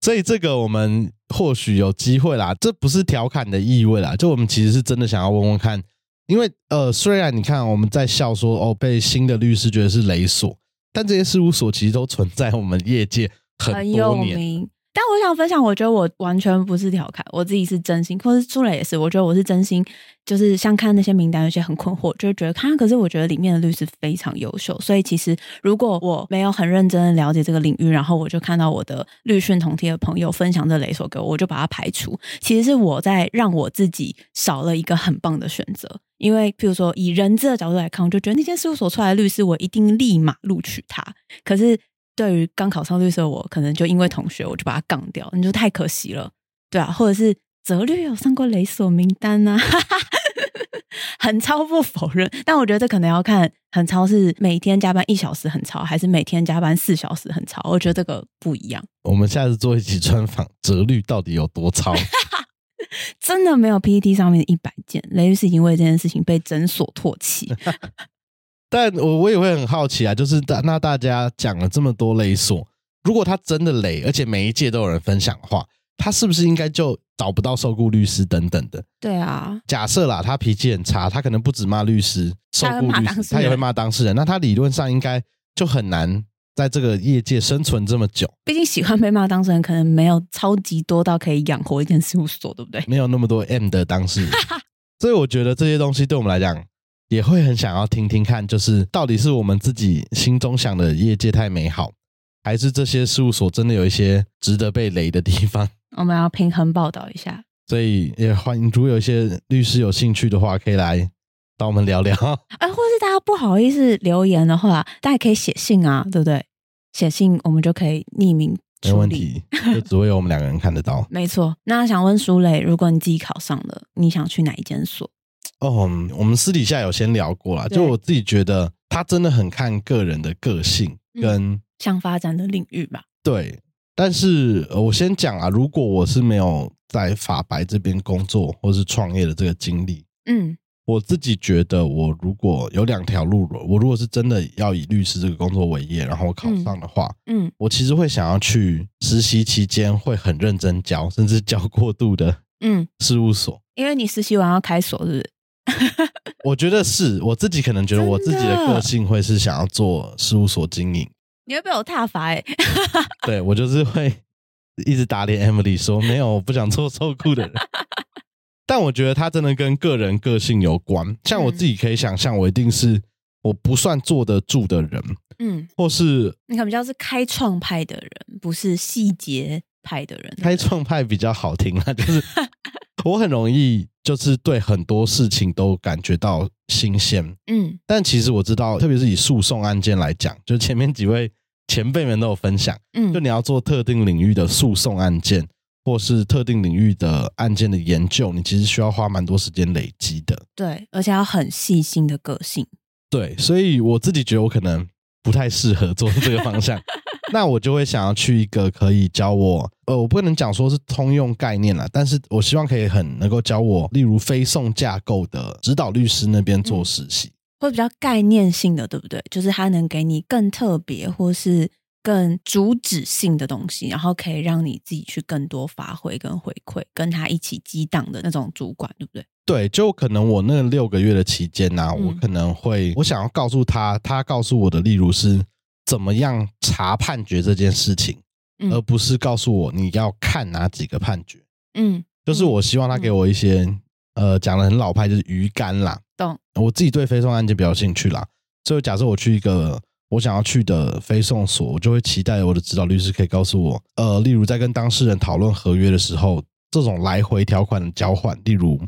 [SPEAKER 1] 所以这个我们或许有机会啦，这不是调侃的意味啦，就我们其实是真的想要问问看，因为呃虽然你看我们在笑说哦被新的律师觉得是雷索，但这些事务所其实都存在我们业界很
[SPEAKER 2] 有
[SPEAKER 1] 多年。
[SPEAKER 2] 名。但我想分享，我觉得我完全不是调侃，我自己是真心，或是出来也是，我觉得我是真心，就是像看那些名单，有些很困惑，就会觉得看，可是我觉得里面的律师非常优秀，所以其实如果我没有很认真的了解这个领域，然后我就看到我的律训同贴的朋友分享这雷索给我，我就把它排除，其实是我在让我自己少了一个很棒的选择。因为，譬如说，以人资的角度来看，我就觉得那间事务所出来的律师，我一定立马录取他。可是对于刚考上律师的我，可能就因为同学，我就把他杠掉，你说太可惜了，对啊，或者是泽律有上过雷索名单啊， (laughs) 很超不否认，但我觉得这可能要看很超是每天加班一小时很超，还是每天加班四小时很超，我觉得这个不一样，
[SPEAKER 1] 我们下次做一期专访，折率到底有多
[SPEAKER 2] (laughs)
[SPEAKER 1] 超？
[SPEAKER 2] 真的没有 PPT 上面的一百件，雷律师已经为这件事情被诊所唾弃，
[SPEAKER 1] 但我我也会很好奇啊，就是大那大家讲了这么多勒索，如果他真的雷，而且每一届都有人分享的话，他是不是应该就找不到受雇律师等等的？
[SPEAKER 2] 对啊，
[SPEAKER 1] 假设啦，他脾气很差，他可能不止骂律师、受
[SPEAKER 2] 他会
[SPEAKER 1] 雇
[SPEAKER 2] 骂
[SPEAKER 1] 律
[SPEAKER 2] 当
[SPEAKER 1] 师，
[SPEAKER 2] 事
[SPEAKER 1] 他也会
[SPEAKER 2] 人
[SPEAKER 1] 骂当事人。那他理论上应该就很难在这个业界生存这么久，
[SPEAKER 2] 毕竟喜欢被骂当事人，可能没有超级多到可以养活一间事务所，对不对？
[SPEAKER 1] 没有那么多 M 的当
[SPEAKER 2] (laughs)
[SPEAKER 1] 事人。所以我觉得这些东西对我们来讲，也会很想要听听看，就是到底是我们自己心中想的业界太美好，还是这些事务所真的有一些值得被雷的地方？ (laughs)
[SPEAKER 2] 我们要平衡报道一下。
[SPEAKER 1] 所以也欢迎，如果有一些律师有兴趣的话，可以来找我们聊
[SPEAKER 2] (laughs)
[SPEAKER 1] 聊。
[SPEAKER 2] 哎，或是大家不好意思留言的话，大家可以写信啊，对不对？写信我们就可以匿名处理。
[SPEAKER 1] 没问题，就只会有我们两个人看得
[SPEAKER 2] (laughs)
[SPEAKER 1] 到。
[SPEAKER 2] 没错。那想问舒磊，如果你自己考上了，你想去哪一间所？
[SPEAKER 1] 哦，我们私底下有先聊过啦，
[SPEAKER 2] 对
[SPEAKER 1] 就我自己觉得，他真的很看个人的个性
[SPEAKER 2] 嗯
[SPEAKER 1] 跟、
[SPEAKER 2] 想发展的领域吧？
[SPEAKER 1] 对，但是、呃我先讲啊，如果我是没有在法白这边工作或是创业的这个经历，
[SPEAKER 2] 嗯，
[SPEAKER 1] 我自己觉得，我如果有两条路，我如果是真的要以律师这个工作为业，然后我考上的话，
[SPEAKER 2] 嗯，
[SPEAKER 1] 我其实会想要去实习期间会很认真教，甚至教过度的 (laughs)
[SPEAKER 2] 嗯，
[SPEAKER 1] 事务所。
[SPEAKER 2] 因为你实习完要开所，是不是？
[SPEAKER 1] 我觉得是我自己可能觉得我自己
[SPEAKER 2] 真的
[SPEAKER 1] 的个性会是想要做事务所经营，
[SPEAKER 2] 你会被我踏伐哎、
[SPEAKER 1] 对我就是会一直打脸 Emily 说没有，我不想做受雇的人。但我觉得他真的跟个人个性有关。像我
[SPEAKER 2] 嗯
[SPEAKER 1] 自己可以想象，我一定是我不算坐得住的人，
[SPEAKER 2] (laughs) 嗯，
[SPEAKER 1] 或是
[SPEAKER 2] 你可能比较是开创派的人，不是细节派的人。对不对
[SPEAKER 1] 开创派比较好听啊，就是我很容易就是对很多事情都感觉到新鲜。
[SPEAKER 2] 嗯
[SPEAKER 1] 但其实我知道，特别是以诉讼案件来讲，就前面几位前辈们都有分享。就
[SPEAKER 2] 嗯
[SPEAKER 1] 你要做特定领域的诉讼案件，或是特定领域的案件的研究，你其实需要花蛮多时间累积的。
[SPEAKER 2] 对，而且要很细心的个性。
[SPEAKER 1] 对，所以我自己觉得我可能不太适合做这个方 (laughs) 向，那我就会想要去一个可以教我，呃，我不能讲说是通用概念啦，但是我希望可以很能够教我，例如非讼架构的指导律师那边做实习。
[SPEAKER 2] 会比较概念性的，对不对？就是它能给你更特别或是更主旨性的东西，然后可以让你自己去更多发挥跟回馈，跟他一起激荡的那种主管，对不对？
[SPEAKER 1] 对，就可能我那六个月的期间呢、
[SPEAKER 2] 嗯
[SPEAKER 1] 我可能会，我想要告诉他，他告诉我的，例如是怎么样查判决这件事情，
[SPEAKER 2] 嗯
[SPEAKER 1] 而不是告诉我你要看哪几个判决。
[SPEAKER 2] 嗯，
[SPEAKER 1] 就是我希望他给我一些，呃，讲的很老派，就是鱼竿啦。
[SPEAKER 2] 懂。
[SPEAKER 1] 我自己对非讼案件比较有兴趣啦，所以假设我去一个我想要去的非讼所，我就会期待我的指导律师可以告诉我，呃，例如在跟当事人讨论合约的时候，这种来回条款的交换，例如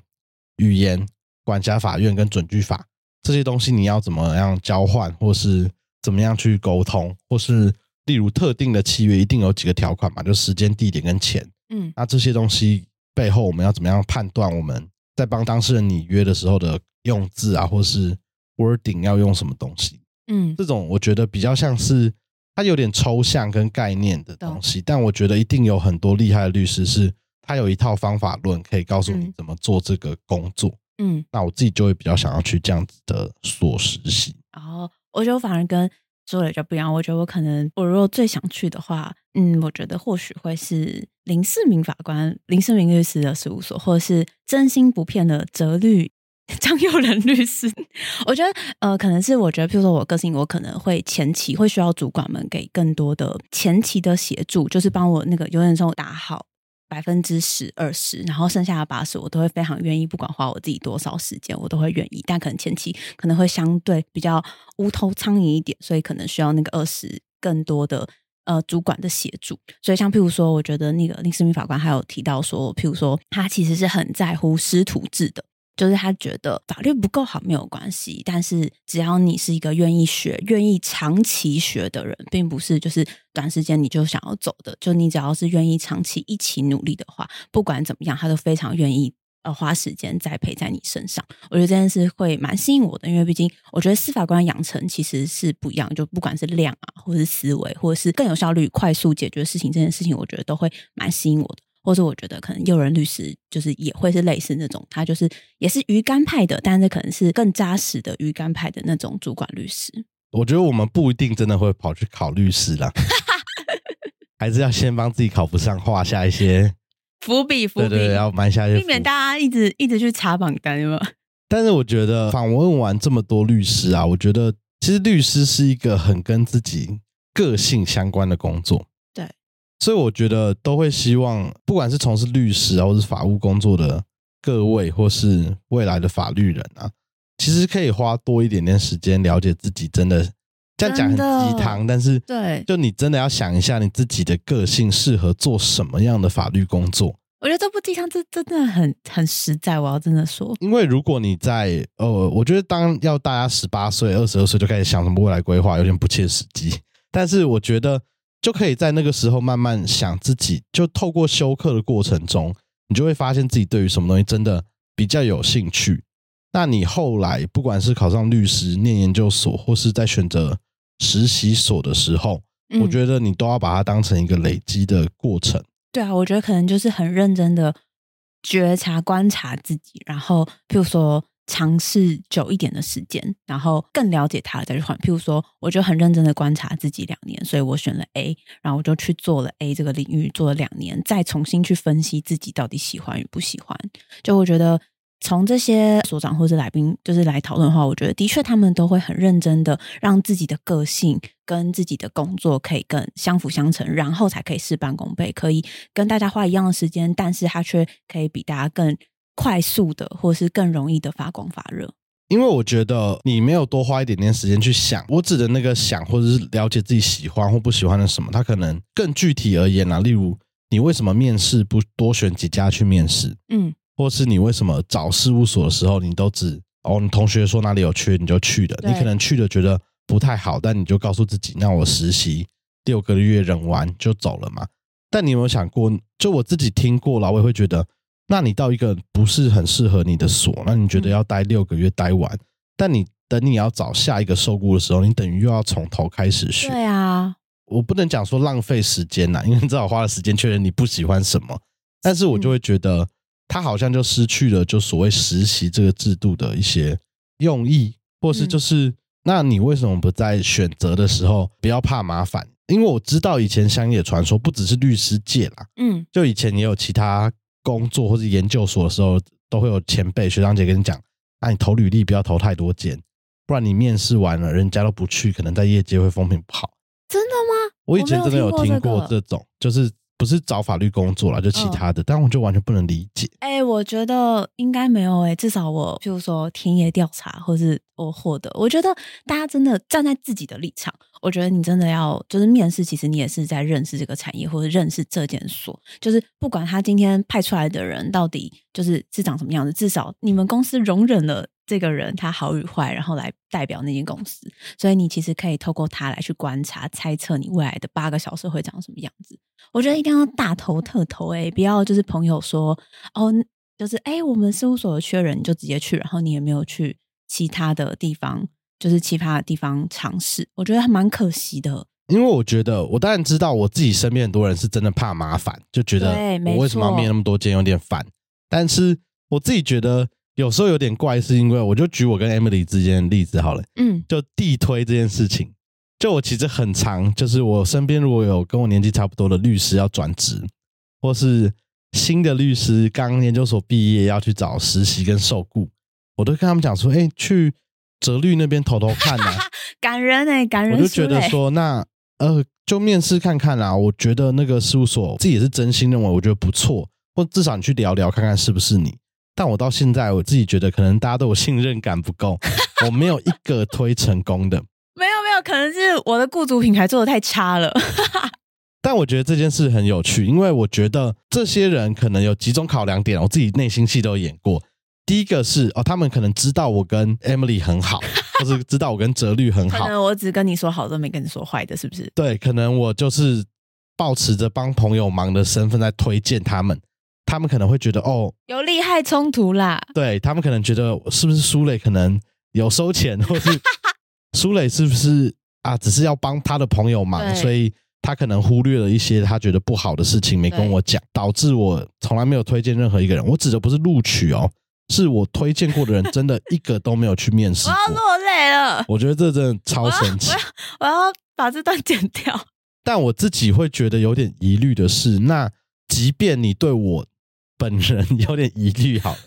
[SPEAKER 1] 语言、管辖法院跟准据法这些东西，你要怎么样交换，或是怎么样去沟通，或是例如特定的契约一定有几个条款嘛，就时间、地点跟钱。
[SPEAKER 2] 嗯
[SPEAKER 1] 那这些东西背后，我们要怎么样判断我们在帮当事人拟约的时候的用字啊，或是 wording 要用什么东西。
[SPEAKER 2] 嗯，
[SPEAKER 1] 这种我觉得比较像是它有点抽象跟概念的东西，但我觉得一定有很多厉害的律师是他有一套方法论可以告诉你
[SPEAKER 2] 嗯
[SPEAKER 1] 怎么做这个工作。
[SPEAKER 2] 嗯，
[SPEAKER 1] 那我自己就会比较想要去这样子的所实习。
[SPEAKER 2] 然后我觉得我反而跟说了就不一样，我觉得我可能我如果最想去的话，嗯，我觉得或许会是林世明法官、林世明律师的事务所，或者是真心不骗的哲律 (laughs) 张佑仁律师。我觉得呃，可能是我觉得，譬如说我个性，我可能会前期会需要主管们给更多的前期的协助，就是帮我那个有点说打好百分之十、二十，然后剩下的八十，我都会非常愿意，不管花我自己多少时间，我都会愿意。但可能前期可能会相对比较无头苍蝇一点，所以可能需要那个二十更多的呃主管的协助。所以像譬如说，我觉得那个林世明法官还有提到说，譬如说他其实是很在乎师徒制的。就是他觉得法律不够好没有关系，但是只要你是一个愿意学、愿意长期学的人，并不是就是短时间你就想要走的。就你只要是愿意长期一起努力的话，不管怎么样，他都非常愿意呃花时间栽培在你身上。我觉得这件事会蛮吸引我的，因为毕竟我觉得司法官养成其实是不一样，就不管是量啊，或者是思维，或者是更有效率、快速解决事情这件事情，我觉得都会蛮吸引我的。或者我觉得可能诱人律师就是也会是类似那种，他就是也是鱼竿派的，但是可能是更扎实的鱼竿派的那种主管律师。
[SPEAKER 1] 我觉得我们不一定真的会跑去考律师啦，还是要先帮自己考不上画下一些，
[SPEAKER 2] 伏笔，伏
[SPEAKER 1] 对
[SPEAKER 2] 笔，
[SPEAKER 1] 对对，要埋下一些
[SPEAKER 2] 避
[SPEAKER 1] 伏
[SPEAKER 2] 免大家一直一直去查榜单，有没有？
[SPEAKER 1] 但是我觉得访问完这么多律师啊，我觉得其实律师是一个很跟自己个性相关的工作。
[SPEAKER 2] 对，
[SPEAKER 1] 所以我觉得都会希望，不管是从事律师啊，或是法务工作的各位，或是未来的法律人啊，其实可以花多一点点时间了解自己。真的，这样讲很
[SPEAKER 2] 真的
[SPEAKER 1] 鸡汤，但是
[SPEAKER 2] 对
[SPEAKER 1] 就你真的要想一下你自己的个性适合做什么样的法律工作。
[SPEAKER 2] 我觉得这部鸡汤这真的很很实在，我要真的说，
[SPEAKER 1] 因为如果你在呃，我觉得当要大家十八岁、二十二岁就开始想什么未来规划，有点不切实际。但是我觉得就可以在那个时候慢慢想自己，就透过休克的过程中，你就会发现自己对于什么东西真的比较有兴趣。那你后来不管是考上律师、念研究所，或是在选择实习所的时候，我
[SPEAKER 2] 得
[SPEAKER 1] 觉得你都要把它当成一个累积的过程。
[SPEAKER 2] 对啊，我觉得可能就是很认真的觉察、观察自己，然后譬如说尝试久一点的时间，然后更了解他了再去换。譬如说，我就很认真的观察自己两年，所以我选了 A，然后我就去做了 A 这个领域，做了两年，再重新去分析自己到底喜欢与不喜欢。就我觉得从这些所长或者来宾就是来讨论的话，我觉得的确他们都会很认真的让自己的个性跟自己的工作可以更相辅相成，然后才可以事半功倍，可以跟大家花一样的时间，但是他却可以比大家更快速的或是更容易的发光发热。
[SPEAKER 1] 因为我觉得你没有多花一点点时间去想，我指的那个想，或者是了解自己喜欢或不喜欢的什么，它可能更具体而言啊，例如你为什么面试不多选几家去面试，
[SPEAKER 2] 嗯
[SPEAKER 1] 或是你为什么找事务所的时候，你都只哦，你同学说哪里有缺你就去了，
[SPEAKER 2] 对
[SPEAKER 1] 你可能去了觉得不太好，但你就告诉自己，那我实习六个月忍完就走了嘛。但你有没有想过，就我自己听过了，我也会觉得，那你到一个不是很适合你的所，那你觉得要待六个月待完，但你等你要找下一个受雇的时候，你等于又要从头开始学。
[SPEAKER 2] 对啊，
[SPEAKER 1] 我不能讲说浪费时间呐，因为至少花了时间确认你不喜欢什么，但是我就会觉得他好像就失去了就所谓实习这个制度的一些用意，或是就是、那你为什么不在选择的时候不要怕麻烦？因为我知道以前乡野传说不只是律师界啦，
[SPEAKER 2] 嗯，
[SPEAKER 1] 就以前也有其他工作或是研究所的时候，都会有前辈学长姐跟你讲，那、你投履历不要投太多件，不然你面试完了人家都不去，可能在业界会风评不好。
[SPEAKER 2] 真的吗？
[SPEAKER 1] 我以前真的有听过
[SPEAKER 2] 我没有听过这嗯
[SPEAKER 1] 这种，就是不是找法律工作啦，就其他的，但我就完全不能理解。
[SPEAKER 2] 哎、我觉得应该没有哎、至少我，譬如说田野调查，或是我获得，我觉得大家真的站在自己的立场，我觉得你真的要就是面试，其实你也是在认识这个产业，或者认识这件所，就是不管他今天派出来的人到底就是是长什么样子，至少你们公司容忍了这个人他好与坏，然后来代表那间公司，所以你其实可以透过他来去观察、猜测你未来的八个小时会长什么样子。我觉得一定要大头特头哎、不要就是朋友说哦，就是哎、诶我们事务所有缺人，你就直接去，然后你也没有去其他的地方，就是其他的地方尝试，我觉得还蛮可惜的。
[SPEAKER 1] 因为我觉得，我当然知道我自己身边很多人是真的怕麻烦，就觉得
[SPEAKER 2] 对没
[SPEAKER 1] 我为什么要
[SPEAKER 2] 错
[SPEAKER 1] 面那么多间有点烦。但是我自己觉得有时候有点怪，是因为我就举我跟 Emily 之间的例子好了，
[SPEAKER 2] 嗯，
[SPEAKER 1] 就地推这件事情。就我其实很常，就是我身边如果有跟我年纪差不多的律师要转职，或是新的律师刚研究所毕业要去找实习跟受雇，我都跟他们讲说，哎、去哲律那边投投看呐、
[SPEAKER 2] 感人哎、感
[SPEAKER 1] 我
[SPEAKER 2] 人
[SPEAKER 1] 就
[SPEAKER 2] 书
[SPEAKER 1] 觉得
[SPEAKER 2] 欸
[SPEAKER 1] 说，那呃，就面试看看啦。我觉得那个事务所自己也是真心认为，我觉得不错，或至少你去聊聊看看是不是你。但我到现在我自己觉得，可能大家对我信任感不够，我没有一个推成功的。
[SPEAKER 2] 没有没有，可能是我的雇主品牌做的太差了。
[SPEAKER 1] 嗯但我觉得这件事很有趣，因为我觉得这些人可能有几种考量点，我自己内心戏都有演过。第一个是哦，他们可能知道我跟 Emily 很
[SPEAKER 2] (laughs)
[SPEAKER 1] 好，或是知道我跟哲律很好
[SPEAKER 2] (laughs) 可，能我只跟你说好的，没跟你说坏的，是不是？
[SPEAKER 1] 对，可能我就是抱持着帮朋友忙的身份在推荐他们，他们可能会觉得哦，
[SPEAKER 2] 有利害冲突啦， (laughs)
[SPEAKER 1] 对他们可能觉得是不是苏磊可能有收钱，或是苏磊是不是啊，只是要帮他的朋友忙，
[SPEAKER 2] 对
[SPEAKER 1] 所以他可能忽略了一些他觉得不好的事情没跟我讲，导致我从来没有推荐任何一个人。我指的不是录取哦，是我推荐过的人真的一个都没有去面试
[SPEAKER 2] 我要
[SPEAKER 1] 过。
[SPEAKER 2] 落泪了，
[SPEAKER 1] 我觉得这真的超神奇。
[SPEAKER 2] 我要把这段剪掉。
[SPEAKER 1] 但我自己会觉得有点疑虑的是，那即便你对我本人有点疑虑，好了，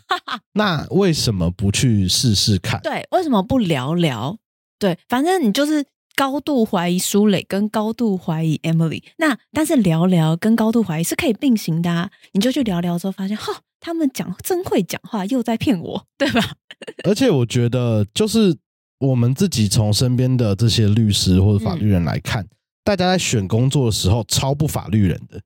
[SPEAKER 1] 那为什么不去试试看？
[SPEAKER 2] 对，为什么不聊聊？对，反正你就是高度怀疑舒磊跟高度怀疑 Emily，那但是聊聊跟高度怀疑是可以并行的、啊，你就去聊聊之后发现，哈、他们讲真会讲话，又在骗我，对吧？ (laughs)
[SPEAKER 1] 而且我觉得，就是我们自己从身边的这些律师或者
[SPEAKER 2] 嗯
[SPEAKER 1] 法律人来看，大家在选工作的时候超不法律人的，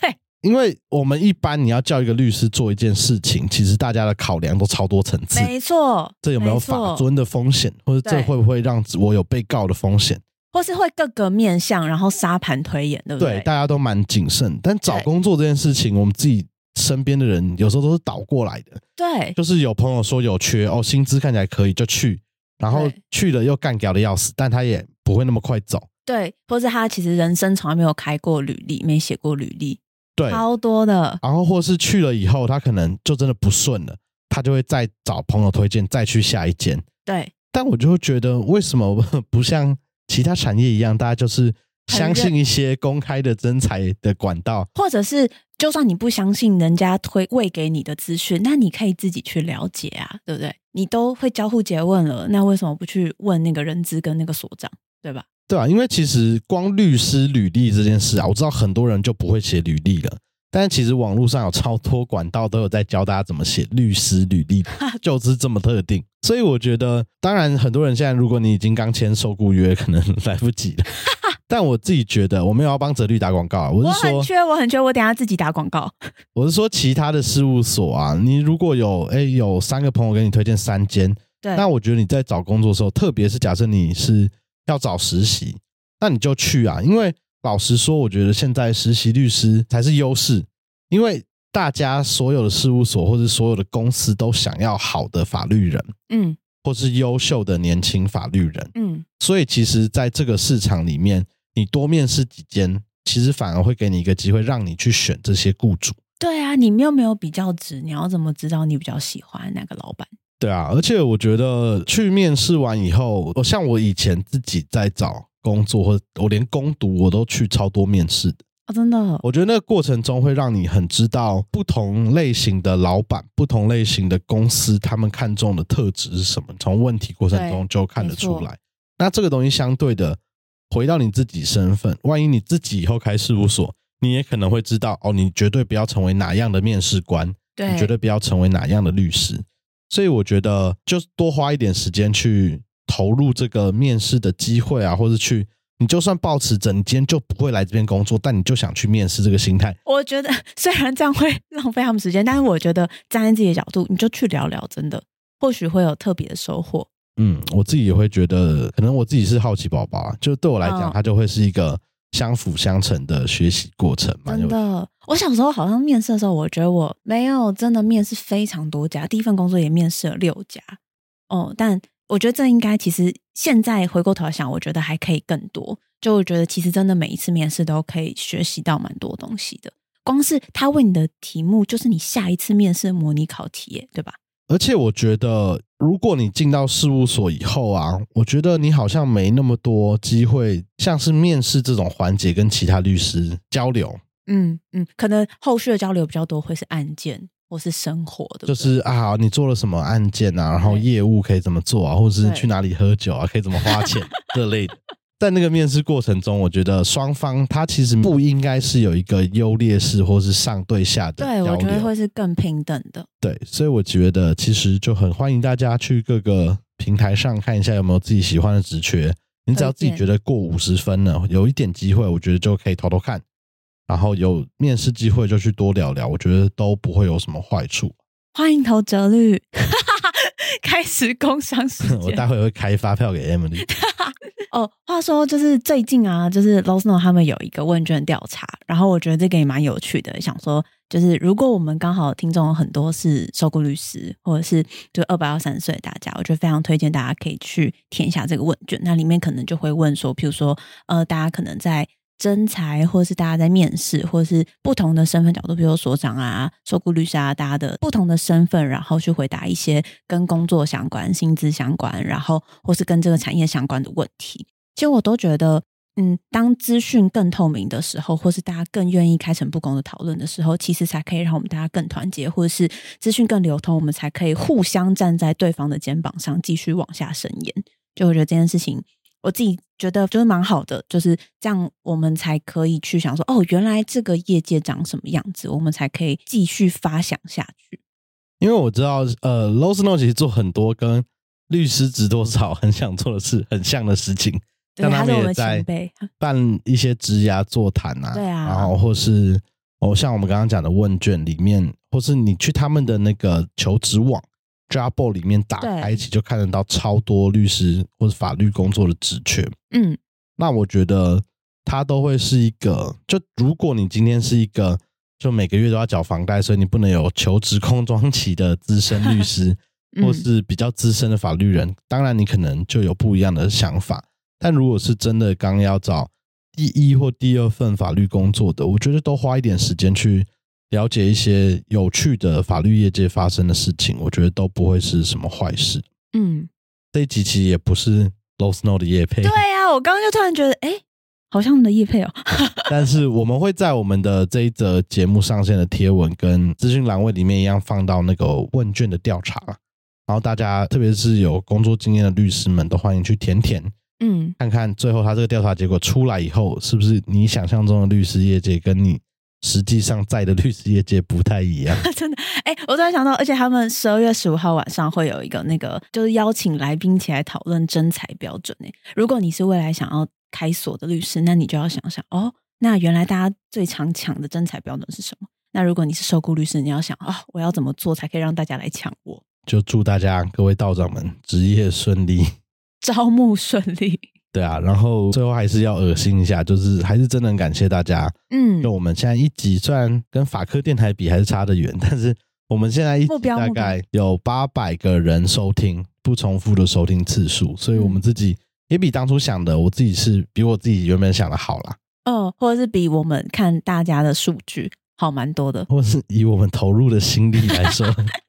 [SPEAKER 2] 对，
[SPEAKER 1] 因为我们一般你要叫一个律师做一件事情，其实大家的考量都超多层次。
[SPEAKER 2] 没错，
[SPEAKER 1] 这有没有
[SPEAKER 2] 没错
[SPEAKER 1] 法尊的风险，或者这
[SPEAKER 2] 对
[SPEAKER 1] 会不会让我有被告的风险？
[SPEAKER 2] 或是会各个面向，然后沙盘推演，对不
[SPEAKER 1] 对，大家都蛮谨慎。但找
[SPEAKER 2] 对
[SPEAKER 1] 工作这件事情，我们自己身边的人有时候都是倒过来的，
[SPEAKER 2] 对
[SPEAKER 1] 就是有朋友说有缺哦，薪资看起来可以就去，然后
[SPEAKER 2] 对
[SPEAKER 1] 去了又干掉的要死，但他也不会那么快走。
[SPEAKER 2] 对，或是他其实人生从来没有开过履历，没写过履历，
[SPEAKER 1] 对，
[SPEAKER 2] 超多的。
[SPEAKER 1] 然后或是去了以后，他可能就真的不顺了，他就会再找朋友推荐，再去下一间。
[SPEAKER 2] 对，
[SPEAKER 1] 但我就会觉得，为什么不像其他产业一样，大家就是相信一些公开的真才的管道？
[SPEAKER 2] 或者是就算你不相信人家推喂给你的资讯，那你可以自己去了解啊，对不对？你都会交互诘问了，那为什么不去问那个人资跟那个所长，对吧？
[SPEAKER 1] 对啊，因为其实光律师履历这件事啊，我知道很多人就不会写履历了，但是其实网络上有超多管道都有在教大家怎么写律师履历，就是这么特定。所以我觉得，当然很多人现在，如果你已经刚签受雇约，可能 (laughs) 来不及了。但我自己觉得，我没有要帮哲律打广告啊，我
[SPEAKER 2] 我
[SPEAKER 1] 是说，
[SPEAKER 2] 很缺，我很缺，我等一下自己打广告。
[SPEAKER 1] 我是说其他的事务所啊，你如果有哎有三个朋友给你推荐三间，
[SPEAKER 2] 对，
[SPEAKER 1] 那我觉得你在找工作的时候，特别是假设你是要找实习，那你就去啊，因为老实说，我觉得现在实习律师才是优势，因为大家所有的事务所或者所有的公司都想要好的法律人，
[SPEAKER 2] 嗯
[SPEAKER 1] 或是优秀的年轻法律人，
[SPEAKER 2] 嗯，
[SPEAKER 1] 所以其实在这个市场里面，你多面试几间，其实反而会给你一个机会，让你去选这些雇主。
[SPEAKER 2] 对啊，你又没有比较值，你要怎么知道你比较喜欢哪个老板？
[SPEAKER 1] 对啊，而且我觉得去面试完以后，我像我以前自己在找工作，或者我连攻读我都去超多面试的。
[SPEAKER 2] 哦，真的，
[SPEAKER 1] 我觉得那个过程中会让你很知道不同类型的老板、不同类型的公司，他们看重的特质是什么，从问题过程中就看得出
[SPEAKER 2] 没
[SPEAKER 1] 来。那这个东西相对的，回到你自己身份，万一你自己以后开事务所，你也可能会知道哦，你绝对不要成为哪样的面试官，
[SPEAKER 2] 对，
[SPEAKER 1] 你绝对不要成为哪样的律师。所以我觉得，就是多花一点时间去投入这个面试的机会啊，或者去，你就算抱持着你今天就不会来这边工作，但你就想去面试这个心态，
[SPEAKER 2] 我觉得虽然这样会浪费他们时间，但是我觉得站在自己的角度，你就去聊聊，真的或许会有特别的收获。
[SPEAKER 1] 嗯，我自己也会觉得，可能我自己是好奇宝宝啊，就对我来讲，
[SPEAKER 2] 嗯
[SPEAKER 1] 它就会是一个相辅相成的学习过程嘛。
[SPEAKER 2] 真的，我小时候好像面试的时候，我觉得我没有真的面试非常多家，第一份工作也面试了六家哦。但我觉得这应该其实现在回过头来想，我觉得还可以更多。就我觉得其实真的每一次面试都可以学习到蛮多东西的。光是他问你的题目，就是你下一次面试的模拟考题耶，对吧？
[SPEAKER 1] 而且我觉得，如果你进到事务所以后啊，我觉得你好像没那么多机会，像是面试这种环节跟其他律师交流，
[SPEAKER 2] 嗯嗯，可能后续的交流比较多会是案件或是生活，对不对？
[SPEAKER 1] 就是啊，你做了什么案件啊，然后
[SPEAKER 2] 对
[SPEAKER 1] 业务可以怎么做啊，或者是
[SPEAKER 2] 对
[SPEAKER 1] 去哪里喝酒啊，可以怎么花钱这类
[SPEAKER 2] (laughs)
[SPEAKER 1] 的。在那个面试过程中，我觉得双方他其实不应该是有一个优劣势或是上对下的
[SPEAKER 2] 对，
[SPEAKER 1] 交
[SPEAKER 2] 我觉得
[SPEAKER 1] 流。
[SPEAKER 2] 会是更平等的。
[SPEAKER 1] 对，所以我觉得其实就很欢迎大家去各个平台上看一下有没有自己喜欢的职缺。你只要自己
[SPEAKER 2] 推
[SPEAKER 1] 觉
[SPEAKER 2] 荐
[SPEAKER 1] 得过五十分了，有一点机会，我觉得就可以偷偷看。然后有面试机会就去多聊聊，我觉得都不会有什么坏处。
[SPEAKER 2] 欢迎投折率， (laughs) 开始工商时
[SPEAKER 1] (laughs) 我
[SPEAKER 2] 间。
[SPEAKER 1] 待会会开发票给 Emily。
[SPEAKER 2] 哦，话说就是最近啊，就是 l o s n o 他们有一个问卷调查，然后我觉得这个也蛮有趣的，想说就是如果我们刚好听众有很多是受雇律师，或者是就二百到三岁的大家，我觉得非常推荐大家可以去填一下这个问卷，那里面可能就会问说，譬如说呃，大家可能在。征才，或是大家在面试，或是不同的身份角度，比如说所长啊、受雇律师啊，大家的不同的身份，然后去回答一些跟工作相关、薪资相关，然后或是跟这个产业相关的问题。其实我都觉得，嗯，当资讯更透明的时候，或是大家更愿意开诚布公的讨论的时候，其实才可以让我们大家更团结，或者是资讯更流通，我们才可以互相站在对方的肩膀上继续往下伸延。就我觉得这件事情，我自己觉得就是蛮好的，就是这样，我们才可以去想说，哦，原来这个业界长什么样子，我们才可以继续发想下去。
[SPEAKER 1] 因为我知道，呃 l o s n o 其实做很多跟律师值多少很想做的事，很像的事情。
[SPEAKER 2] 对，
[SPEAKER 1] 像
[SPEAKER 2] 他是
[SPEAKER 1] 们
[SPEAKER 2] 我
[SPEAKER 1] 也
[SPEAKER 2] 们
[SPEAKER 1] 在
[SPEAKER 2] 前辈，
[SPEAKER 1] 办一些职涯座谈啊，
[SPEAKER 2] 对啊
[SPEAKER 1] 然后或是哦，像我们刚刚讲的问卷里面，或是你去他们的那个求职网 Jobbo 里面打
[SPEAKER 2] 对
[SPEAKER 1] 开，其实就看得到超多律师或是法律工作的职缺。
[SPEAKER 2] 嗯，
[SPEAKER 1] 那我觉得它都会是一个，就如果你今天是一个就每个月都要缴房贷，所以你不能有求职空窗期的资深律师，
[SPEAKER 2] (laughs) 嗯
[SPEAKER 1] 或是比较资深的法律人，当然你可能就有不一样的想法。但如果是真的刚要找第一或第二份法律工作的，我觉得都花一点时间去了解一些有趣的法律业界发生的事情，我觉得都不会是什么坏事。
[SPEAKER 2] 嗯。
[SPEAKER 1] 这一集其实也不是 Low Snow 的夜配，
[SPEAKER 2] 对呀、我刚刚就突然觉得，哎、好像你的叶配哦。 (laughs)
[SPEAKER 1] 但是我们会在我们的这一则节目上线的贴文跟资讯栏位里面一样放到那个问卷的调查，然后大家特别是有工作经验的律师们都欢迎去填填，
[SPEAKER 2] 嗯，
[SPEAKER 1] 看看最后他这个调查结果出来以后，是不是你想象中的律师业界跟你实际上在的律师业界不太一样。 (laughs)
[SPEAKER 2] 真的，哎、我突然想到，而且他们十二月十五号晚上会有一个那个，就是邀请来宾起来讨论征才标准、哎，如果你是未来想要开锁的律师，那你就要想想，哦，那原来大家最常抢的征才标准是什么？那如果你是受雇律师，你要想哦，我要怎么做才可以让大家来抢我？
[SPEAKER 1] 就祝大家各位道长们职业顺利。
[SPEAKER 2] 招募顺利。
[SPEAKER 1] 对啊，然后最后还是要恶心一下，就是还是真的很感谢大家，
[SPEAKER 2] 嗯
[SPEAKER 1] 就，我们现在一集虽然跟法科电台比还是差得远，但是我们现在一集
[SPEAKER 2] 目标
[SPEAKER 1] 大概有八百个人收听，不重复的收听次数，所以
[SPEAKER 2] 嗯
[SPEAKER 1] 我们自己也比当初想的，我自己是比我自己原本想的好
[SPEAKER 2] (laughs)
[SPEAKER 1] 啦，
[SPEAKER 2] 哦，或者是比我们看大家的数据好蛮多的。
[SPEAKER 1] 或是以我们投入的心力来说， (laughs)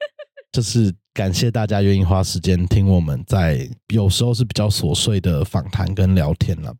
[SPEAKER 1] 就是感谢大家愿意花时间听我们在有时候是比较琐碎的访谈跟聊天了。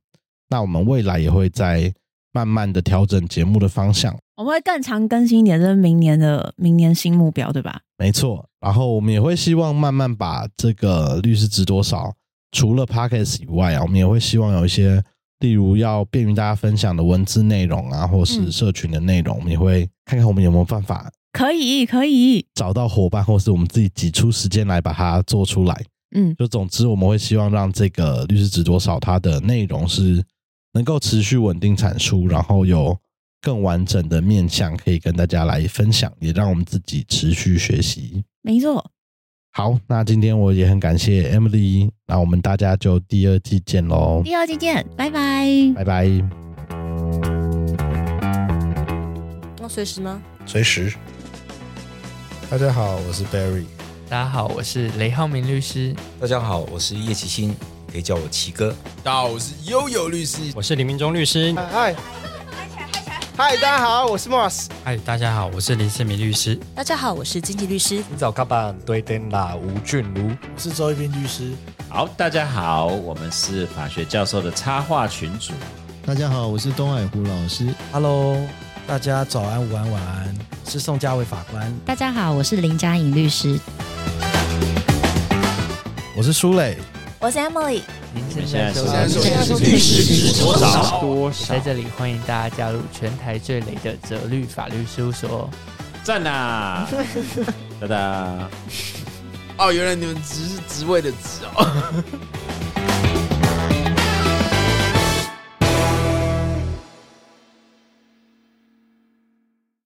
[SPEAKER 1] 那我们未来也会在慢慢的调整节目的方向。
[SPEAKER 2] 我们会更常更新一点，这是明年的明年新目标，对吧？
[SPEAKER 1] 没错，然后我们也会希望慢慢把这个律师值多少，除了 podcast 以外啊，我们也会希望有一些，例如要便于大家分享的文字内容啊，或是
[SPEAKER 2] 嗯
[SPEAKER 1] 社群的内容，我们也会看看我们有没有办法
[SPEAKER 2] 可以，可以，
[SPEAKER 1] 找到伙伴，或是我们自己挤出时间来把它做出来。
[SPEAKER 2] 嗯，
[SPEAKER 1] 就总之，我们会希望让这个律师值多少它的内容是能够持续稳定产出，然后有更完整的面向可以跟大家来分享，也让我们自己持续学习。
[SPEAKER 2] 没错，
[SPEAKER 1] 好，那今天我也很感谢 Emily，那我们大家就第二季见喽，
[SPEAKER 2] 第二季见，拜拜。
[SPEAKER 1] 拜拜。
[SPEAKER 3] 要随时吗？
[SPEAKER 1] 随时。大家好，我是 Barry。
[SPEAKER 4] 大家好，我是雷浩明律师。
[SPEAKER 5] 大家好，我是叶启新，可以叫我奇哥。
[SPEAKER 6] 大家好，我是悠悠律师。
[SPEAKER 7] 我是李明忠律师。
[SPEAKER 8] 嗨，嗨，大家好，我是 Moss。
[SPEAKER 7] 嗨，大家好，我是林世明律师。
[SPEAKER 3] 大家好，我是经济律师。
[SPEAKER 9] 今早看板对灯啦，吴俊如，
[SPEAKER 10] 我是周一斌律师。
[SPEAKER 11] 好，大家好，我们是法学教授的插画群组。
[SPEAKER 12] 大家好，我是东海湖老师。
[SPEAKER 13] Hello，大家早安、午安、晚安，是宋家伟法官。
[SPEAKER 14] 大家好，我是林佳颖律师。
[SPEAKER 1] 我是舒磊，
[SPEAKER 15] 我是 Emily。
[SPEAKER 4] 您现在收
[SPEAKER 6] 听律师值多少？
[SPEAKER 4] 多少？在这里欢迎大家加入全台最雷的哲律法律事务所。(laughs)
[SPEAKER 11] 赞呐！哒哒。
[SPEAKER 6] 哦，原来你们职是职位的职哦。